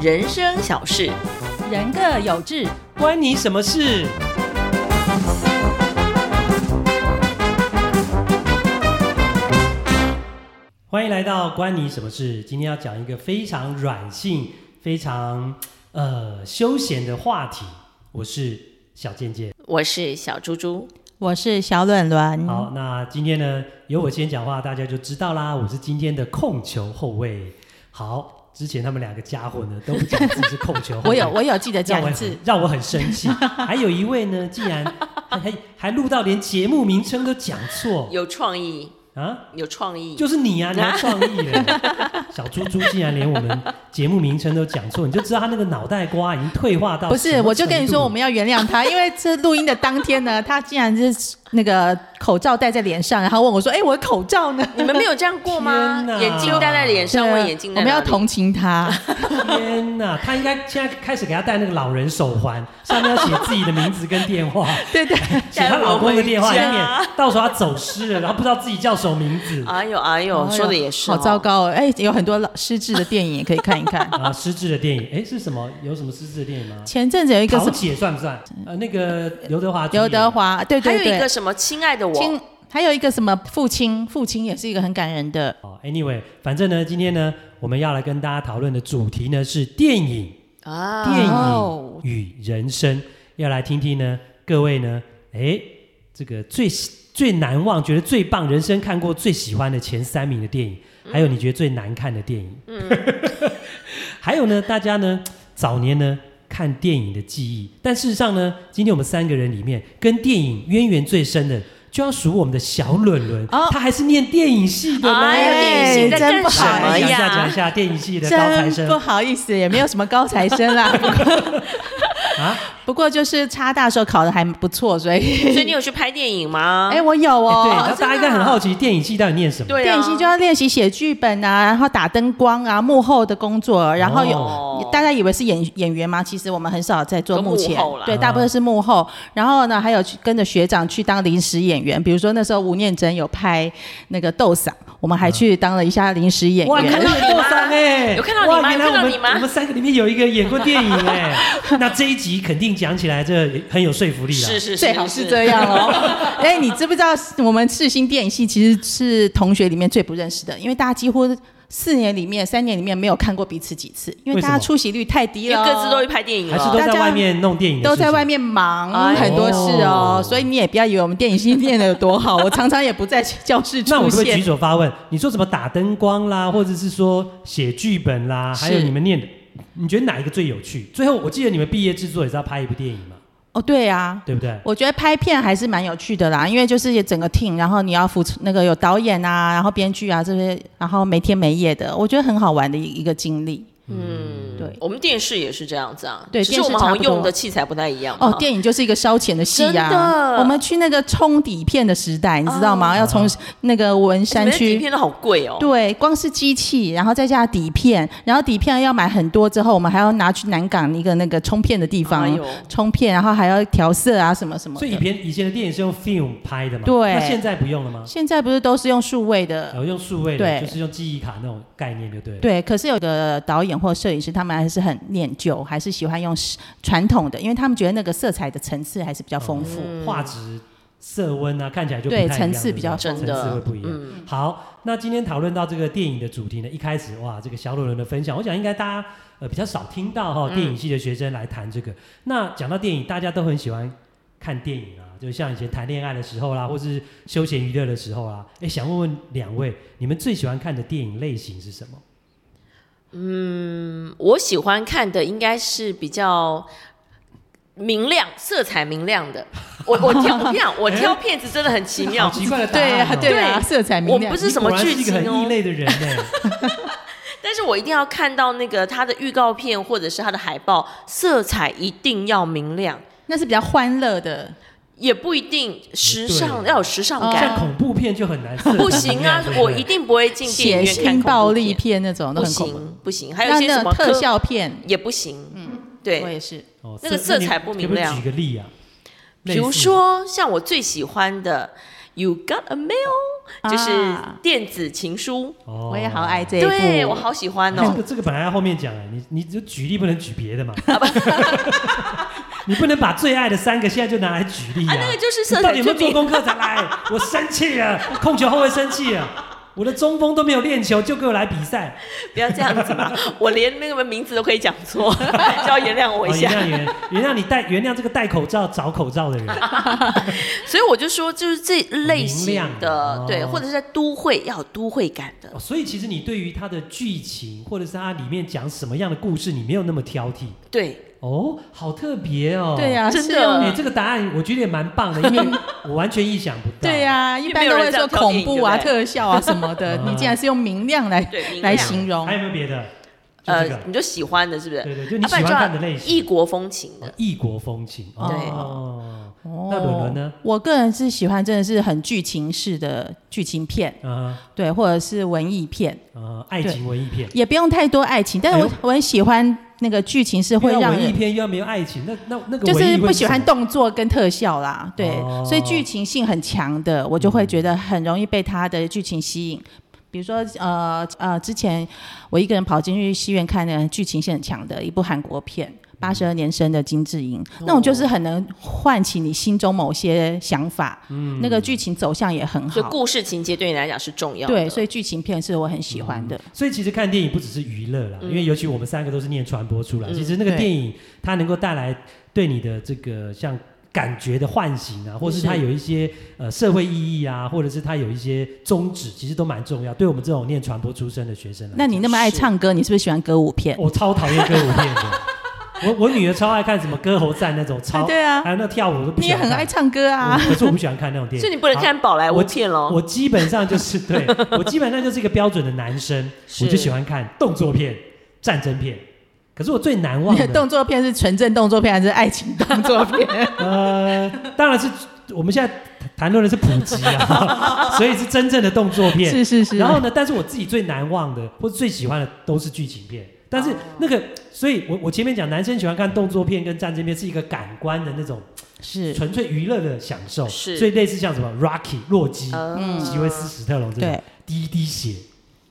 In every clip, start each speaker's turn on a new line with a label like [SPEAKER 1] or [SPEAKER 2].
[SPEAKER 1] 人生小事，
[SPEAKER 2] 人各有志，
[SPEAKER 3] 关你什么事？欢迎来到关你什么事？今天要讲一个非常软性、非常呃休闲的话题。我是小健健。
[SPEAKER 1] 我是小猪猪。
[SPEAKER 2] 我是小伦伦。
[SPEAKER 3] 好，那今天呢，由我先讲话，大家就知道啦。我是今天的控球后卫。好，之前他们两个家伙呢都不讲自己是控球后
[SPEAKER 2] 我
[SPEAKER 3] 卫，
[SPEAKER 2] 有我有记得
[SPEAKER 3] 让我
[SPEAKER 2] 讲一次
[SPEAKER 3] 很，让我很生 气。还有一位呢，竟然还还还录到连节目名称都讲错
[SPEAKER 1] 有创意，
[SPEAKER 3] 啊！
[SPEAKER 1] 有创意，
[SPEAKER 3] 就是你啊，你还创意 了，小猪猪竟然连我们节目名称都讲错，你就知道他那个脑袋瓜已经退化到
[SPEAKER 2] 不
[SPEAKER 3] 什
[SPEAKER 2] 是，
[SPEAKER 3] 么
[SPEAKER 2] 我就跟你
[SPEAKER 3] 程
[SPEAKER 2] 说，
[SPEAKER 3] 度
[SPEAKER 2] 我们要原谅他， 因为这录音的当天呢，他竟然是那个口罩戴在脸上，然后问我说：“哎、我的口罩呢
[SPEAKER 1] 你们没有这样过吗
[SPEAKER 3] 天？哪
[SPEAKER 1] 眼镜戴在脸？”上，问眼镜
[SPEAKER 2] 啊我
[SPEAKER 1] 戴
[SPEAKER 2] 们要
[SPEAKER 1] 哪里？
[SPEAKER 2] 同情他，
[SPEAKER 3] 天呐，他应该现在开始给他戴那个老人手环，上面要写自己的名字跟电话，
[SPEAKER 2] 对对，
[SPEAKER 3] 写她老公的电话，以
[SPEAKER 1] 带我回
[SPEAKER 3] 免
[SPEAKER 1] 家
[SPEAKER 3] 到时候他走失了，然后不知道自己叫什么名字。
[SPEAKER 1] 哎呦哎呦，说的也是哦，
[SPEAKER 2] 好糟糕哦！哎、有很多老失智的电影也可以看一看
[SPEAKER 3] 啊！失智的电影，哎，是什么？有什么失智的电影吗？
[SPEAKER 2] 前阵子有一个
[SPEAKER 3] 桃
[SPEAKER 2] 是
[SPEAKER 3] 姐算不算？呃，那个刘德华主演，
[SPEAKER 2] 刘德华，对
[SPEAKER 1] 还
[SPEAKER 2] 对
[SPEAKER 1] 有一个
[SPEAKER 2] 对，
[SPEAKER 1] 什么亲爱的我，
[SPEAKER 2] 亲，还有一个什么父亲，父亲也是一个很感人的。
[SPEAKER 3] 哦，anyway，反正呢，今天呢，我们要来跟大家讨论的主题呢是电影、
[SPEAKER 1] 啊，
[SPEAKER 3] 电影
[SPEAKER 2] 哦
[SPEAKER 3] 与人生，要来听听呢，各位呢，哎，这个最喜最难忘、觉得最棒、人生看过最喜欢的前三名的电影，
[SPEAKER 1] 嗯
[SPEAKER 3] 还有你觉得最难看的电影， 还有呢，大家呢，早年呢。看电影的记忆，但事实上呢，今天我们三个人里面跟电影渊源最深的，就要数我们的小伦伦，
[SPEAKER 2] 哦
[SPEAKER 3] 他还是念电影系的呢。
[SPEAKER 1] 哎呦，电影系在
[SPEAKER 2] 哎真
[SPEAKER 1] 干
[SPEAKER 2] 不
[SPEAKER 1] 什
[SPEAKER 2] 好
[SPEAKER 1] 么
[SPEAKER 3] 讲一下讲
[SPEAKER 1] 呀？
[SPEAKER 3] 一下电影系的高材
[SPEAKER 2] 真不
[SPEAKER 3] 生
[SPEAKER 2] 好意思，也没有什么高材生 啦。
[SPEAKER 3] 啊，
[SPEAKER 2] 不过就是差大时候考的还不错，所以
[SPEAKER 1] 所以你有去拍电影吗？
[SPEAKER 2] 哎、我有
[SPEAKER 3] 哎对，
[SPEAKER 2] 哦。
[SPEAKER 3] 那大家应该很好奇电影系到底念什么？
[SPEAKER 1] 对啊，
[SPEAKER 2] 电影系就要练习写剧本啊，然后打灯光啊，幕后的工作，然后有、
[SPEAKER 1] 哦
[SPEAKER 2] 大家以为是演演员吗？其实我们很少在做
[SPEAKER 1] 都幕
[SPEAKER 2] 幕前，
[SPEAKER 1] 后啦
[SPEAKER 2] 对，大部分是幕后。然后呢，还有去跟着学长去当临时演员，比如说那时候吴念真有拍那个《斗嗓》，我们还去当了一下临时演
[SPEAKER 3] 嗯哇，你
[SPEAKER 2] 员。
[SPEAKER 3] 看到多三哎，
[SPEAKER 1] 有看到你吗
[SPEAKER 3] 哇原来
[SPEAKER 1] 有看到
[SPEAKER 3] 我们
[SPEAKER 1] 你吗
[SPEAKER 3] 我们三个里面有一个演过电影 哎，那这一集肯定讲起来这很有说服力啊了。
[SPEAKER 1] 是是，
[SPEAKER 2] 最好是这样哦。哎、你知不知道我们世新电影系其实是同学里面最不认识的，因为大家几乎四年里面、三年里面没有看过彼此几次，因
[SPEAKER 3] 为
[SPEAKER 2] 为
[SPEAKER 3] 什
[SPEAKER 2] 大家
[SPEAKER 3] 么
[SPEAKER 2] 出席率太低
[SPEAKER 1] 因为
[SPEAKER 2] 了，
[SPEAKER 1] 各自都去拍电影啊
[SPEAKER 3] 还是
[SPEAKER 1] 了
[SPEAKER 3] 都。
[SPEAKER 2] 大
[SPEAKER 3] 在
[SPEAKER 2] 家
[SPEAKER 3] 外面弄电影
[SPEAKER 2] 都
[SPEAKER 3] 的事情
[SPEAKER 2] 在外。面忙、
[SPEAKER 1] 哎呦
[SPEAKER 2] 很多事哦，
[SPEAKER 3] 哦
[SPEAKER 2] 所以你也不要以为我们电影系念的有多好，我常常也不在教室
[SPEAKER 3] 那
[SPEAKER 2] 出
[SPEAKER 3] 我就会举
[SPEAKER 2] 现。
[SPEAKER 3] 手发问，你说怎么打灯光啦，或者是说写剧本啦，还有
[SPEAKER 2] 是
[SPEAKER 3] 你们念的，你觉得哪一个最有趣？最后我记得你们毕业制作也是要拍一部电影嘛，
[SPEAKER 2] 哦，对啊。
[SPEAKER 3] 对不
[SPEAKER 1] Oh
[SPEAKER 3] 对？
[SPEAKER 2] 我觉得拍片还是蛮有趣的啦，因为就是也整个 team，然后你要服从那个有导演啊，然后编剧啊这些，然后没天没夜的，我觉得很好玩的一一个经历。
[SPEAKER 1] 嗯，
[SPEAKER 2] 对
[SPEAKER 1] 我们电视也是这样子啊，
[SPEAKER 2] 对
[SPEAKER 1] 只是我们
[SPEAKER 2] 电
[SPEAKER 1] 好
[SPEAKER 2] 视差
[SPEAKER 1] 像
[SPEAKER 2] 不多
[SPEAKER 1] 用的器材不太一样嘛。
[SPEAKER 2] 哦，电影就是一个消遣的戏呀、
[SPEAKER 1] 真的
[SPEAKER 2] 我们去那个冲底片的时代，你知道吗？要从那个文山
[SPEAKER 1] 哎你们的底
[SPEAKER 2] 区。
[SPEAKER 1] 片都好贵哦。
[SPEAKER 2] 对，光是机器，然后再加底片，然后底片要买很多，之后我们还要拿去南港一个那个冲片的地方、
[SPEAKER 1] 哎呦
[SPEAKER 2] 冲片，然后还要调色啊什么什么
[SPEAKER 3] 所以以
[SPEAKER 2] 的。
[SPEAKER 3] 前以前的电影是用 film 拍的嘛？
[SPEAKER 2] 对
[SPEAKER 3] 那现在不用了吗？
[SPEAKER 2] 现在不是都是用数位的，
[SPEAKER 3] 然后用数位的，
[SPEAKER 2] 对
[SPEAKER 3] 就是用记忆卡那种概念啊就对了。
[SPEAKER 2] 对。可是有的导演或摄影师，他们还是很念旧，还是喜欢用传统的，因为他们觉得那个色彩的层次还是比较丰
[SPEAKER 1] 哦
[SPEAKER 2] 富。
[SPEAKER 1] 嗯
[SPEAKER 3] 画质、色温啊，看起来就不太
[SPEAKER 2] 对
[SPEAKER 3] 一样
[SPEAKER 2] 层次
[SPEAKER 3] 对不对
[SPEAKER 2] 比较
[SPEAKER 3] 层
[SPEAKER 1] 真
[SPEAKER 3] 次会
[SPEAKER 1] 的
[SPEAKER 3] 不一样。
[SPEAKER 1] 嗯，
[SPEAKER 3] 好，那今天讨论到这个电影的主题呢，一开始哇，这个小鲁伦的分享，我想应该大家呃比较少听到
[SPEAKER 1] 嗯
[SPEAKER 3] 哈、电影系的学生来谈这个。那讲到电影，大家都很喜欢看电影啊，就像以前谈恋爱的时候啦，或是休闲娱乐的时候啦。哎，想问问两位，你们最喜欢看的电影类型是什么？
[SPEAKER 1] 我喜欢看的应该是比较明亮、色彩明亮的。我我挑我 跟你讲，我
[SPEAKER 2] 哎
[SPEAKER 1] 挑片子真的很奇妙
[SPEAKER 3] 好。奇怪的答
[SPEAKER 2] 对
[SPEAKER 3] 案、
[SPEAKER 2] 啊，
[SPEAKER 3] 哦。
[SPEAKER 2] 对啊，色彩明
[SPEAKER 1] 我
[SPEAKER 2] 亮。
[SPEAKER 1] 不是什么
[SPEAKER 3] 你果然
[SPEAKER 1] 剧
[SPEAKER 3] 是一个
[SPEAKER 1] 情
[SPEAKER 3] 很异
[SPEAKER 1] 哦，
[SPEAKER 3] 类的人呢、
[SPEAKER 1] 但是我一定要看到那个它的预告片或者是它的海报，色彩一定要明亮，
[SPEAKER 2] 那是比较欢乐的，
[SPEAKER 1] 也不一定时
[SPEAKER 2] 哎
[SPEAKER 1] 尚，
[SPEAKER 3] 对
[SPEAKER 1] 要有时尚
[SPEAKER 3] 像
[SPEAKER 2] 哦
[SPEAKER 1] 感。
[SPEAKER 3] 恐怖片就很难色彩
[SPEAKER 1] 不行 啊
[SPEAKER 3] 明亮对，不
[SPEAKER 1] 我
[SPEAKER 3] 对
[SPEAKER 1] 一定不会进电
[SPEAKER 2] 血
[SPEAKER 1] 影院看
[SPEAKER 2] 腥
[SPEAKER 1] 恐怖
[SPEAKER 2] 暴力
[SPEAKER 1] 片，
[SPEAKER 2] 片那种都
[SPEAKER 1] 不
[SPEAKER 2] 很恐怖。
[SPEAKER 1] 行不行。还有一些
[SPEAKER 2] 那
[SPEAKER 1] 什
[SPEAKER 2] 那
[SPEAKER 1] 么
[SPEAKER 2] 种特
[SPEAKER 1] 科
[SPEAKER 2] 效片，
[SPEAKER 1] 也不行。嗯，
[SPEAKER 2] 我
[SPEAKER 1] 对。
[SPEAKER 2] 也是。
[SPEAKER 3] 哦
[SPEAKER 1] 那个色彩不明亮
[SPEAKER 3] 可可以举个例啊，
[SPEAKER 1] 比如
[SPEAKER 3] 类似
[SPEAKER 1] 说像我最喜欢的《You Got a Mail》就是
[SPEAKER 2] 啊
[SPEAKER 1] 电子情书，
[SPEAKER 3] 哦
[SPEAKER 2] 我也好爱这一部，
[SPEAKER 1] 对我好喜欢
[SPEAKER 3] 这
[SPEAKER 1] 哦。
[SPEAKER 3] 个这个本来要后面讲哎，你你就举例不能举别的嘛， 你不能把最爱的三个现在就拿来举例
[SPEAKER 1] 啊，那个就是色
[SPEAKER 3] 你到
[SPEAKER 1] 彩
[SPEAKER 3] 底有没
[SPEAKER 1] 作品，
[SPEAKER 3] 有做功课才 来？我生气了，控球后卫生气了，我的中锋都没有练球就给我来比赛，
[SPEAKER 1] 不要这样子嘛！我连那个名字都可以讲 错，就要原谅我一
[SPEAKER 3] 哦原
[SPEAKER 1] 下。
[SPEAKER 3] 谅原原谅你戴原谅这个戴口罩找口罩的人，
[SPEAKER 1] 所以我就说，就是这类型
[SPEAKER 3] 明亮
[SPEAKER 1] 的，
[SPEAKER 3] 的哦
[SPEAKER 1] 对，或者是在都会要有都会感的
[SPEAKER 3] 哦，所以其实你对于它的剧情或者是它里面讲什么样的故事，你没有那么挑剔
[SPEAKER 1] 对，
[SPEAKER 3] 哦，好特别哦，
[SPEAKER 2] 对呀，
[SPEAKER 1] 真的
[SPEAKER 2] 是哦
[SPEAKER 3] 哎、这个答案我觉得也蛮棒的，因为我完全意想不到。
[SPEAKER 2] 对呀、一般都会说恐怖啊、特效啊什么 的，
[SPEAKER 3] 嗯
[SPEAKER 2] 你竟然是用明亮来
[SPEAKER 1] 对明亮
[SPEAKER 2] 来形容
[SPEAKER 3] 还，有没有别的？就
[SPEAKER 1] 呃
[SPEAKER 3] 这个，，
[SPEAKER 1] 你就喜欢的，是不是？
[SPEAKER 3] 对对，就你
[SPEAKER 1] 啊不
[SPEAKER 3] 喜
[SPEAKER 1] 然
[SPEAKER 3] 欢
[SPEAKER 1] 就
[SPEAKER 3] 看的
[SPEAKER 1] 要
[SPEAKER 3] 类型。
[SPEAKER 1] 异国风情的
[SPEAKER 3] 哦，异国风情。
[SPEAKER 2] 对
[SPEAKER 3] 哦，
[SPEAKER 2] 哦
[SPEAKER 3] 那伦伦呢？
[SPEAKER 2] 我个人是喜欢真的是很剧情式的剧情片，
[SPEAKER 3] 啊
[SPEAKER 2] 对，或者是文艺片，
[SPEAKER 3] 啊，爱情文艺片。
[SPEAKER 2] 也不用太多爱情，但是我、
[SPEAKER 3] 哎
[SPEAKER 2] 我很喜欢那个剧情是会
[SPEAKER 3] 又
[SPEAKER 2] 让
[SPEAKER 3] 要文艺
[SPEAKER 2] 人。
[SPEAKER 3] 片又要没有爱情，那那那个
[SPEAKER 2] 就
[SPEAKER 3] 文
[SPEAKER 2] 是
[SPEAKER 3] 艺会
[SPEAKER 2] 不喜欢
[SPEAKER 3] 什么
[SPEAKER 2] 动作跟特效啦，对，
[SPEAKER 3] 哦
[SPEAKER 2] 所以剧情性很强的，我就会觉得很容易被它的剧情吸引。比如说，呃呃，之前我一个人跑进去戏院看的剧情性很强的一部韩国片，
[SPEAKER 3] 嗯
[SPEAKER 2] 八十二年生的金智英，
[SPEAKER 3] 哦
[SPEAKER 2] 那种就是很能唤起你心中某些想法，
[SPEAKER 3] 嗯
[SPEAKER 2] 那个剧情走向也很
[SPEAKER 1] 所以
[SPEAKER 2] 好，
[SPEAKER 1] 故事情节对你来讲是重要的。
[SPEAKER 2] 对，所以剧情片是我很喜欢的。
[SPEAKER 3] 所以其实看电影不只是娱乐啦，因为尤其我们三个都是念传播出来，其实那
[SPEAKER 2] 嗯
[SPEAKER 3] 个
[SPEAKER 2] 对
[SPEAKER 3] 电影它能够带来对你的这个像感觉的唤醒啊，或是
[SPEAKER 2] 是
[SPEAKER 3] 它有一些呃社会意义啊，或者是它有一些宗旨，其实都蛮重要。对我们这种念传播出身的学生来讲，
[SPEAKER 2] 那你那么爱唱歌，你是不是喜欢歌舞片？
[SPEAKER 3] 我超讨厌歌舞片的。 我我女儿超爱看什么歌喉战那种超，
[SPEAKER 2] 哎对啊
[SPEAKER 3] 还有那跳舞我都不
[SPEAKER 2] 你
[SPEAKER 3] 喜
[SPEAKER 2] 也
[SPEAKER 3] 欢看。
[SPEAKER 2] 很爱唱歌啊，
[SPEAKER 3] 我可是我不喜欢看那 种电影，
[SPEAKER 1] 所以你不能
[SPEAKER 3] 好
[SPEAKER 1] 看宝
[SPEAKER 2] 哎
[SPEAKER 1] 莱坞片喽。
[SPEAKER 3] 我基本上就是对我基本上就是一个标准的男生，
[SPEAKER 1] 是
[SPEAKER 3] 我就喜欢看动作片、战争片。可是我最难忘
[SPEAKER 2] 你的
[SPEAKER 3] 的，
[SPEAKER 2] 动作片是纯正动作片还是爱情动作片？
[SPEAKER 3] 呃，当然是我们现在谈论的是普及啊， 所以是真正的动作 片。
[SPEAKER 2] 是是是。
[SPEAKER 3] 然后呢，但是我自己最难忘的或者最喜欢的都是剧情片。但
[SPEAKER 2] 哦
[SPEAKER 3] 是那个，所以我我前面讲，男生喜欢看动作片跟战争片是一个感官的那种
[SPEAKER 2] 是
[SPEAKER 3] 纯粹娱乐的享受，
[SPEAKER 1] 是
[SPEAKER 3] 所以类似像什么 Rocky 洛基、
[SPEAKER 1] 嗯
[SPEAKER 3] 席维斯史特龙这种
[SPEAKER 2] 呃对
[SPEAKER 3] 第一滴血。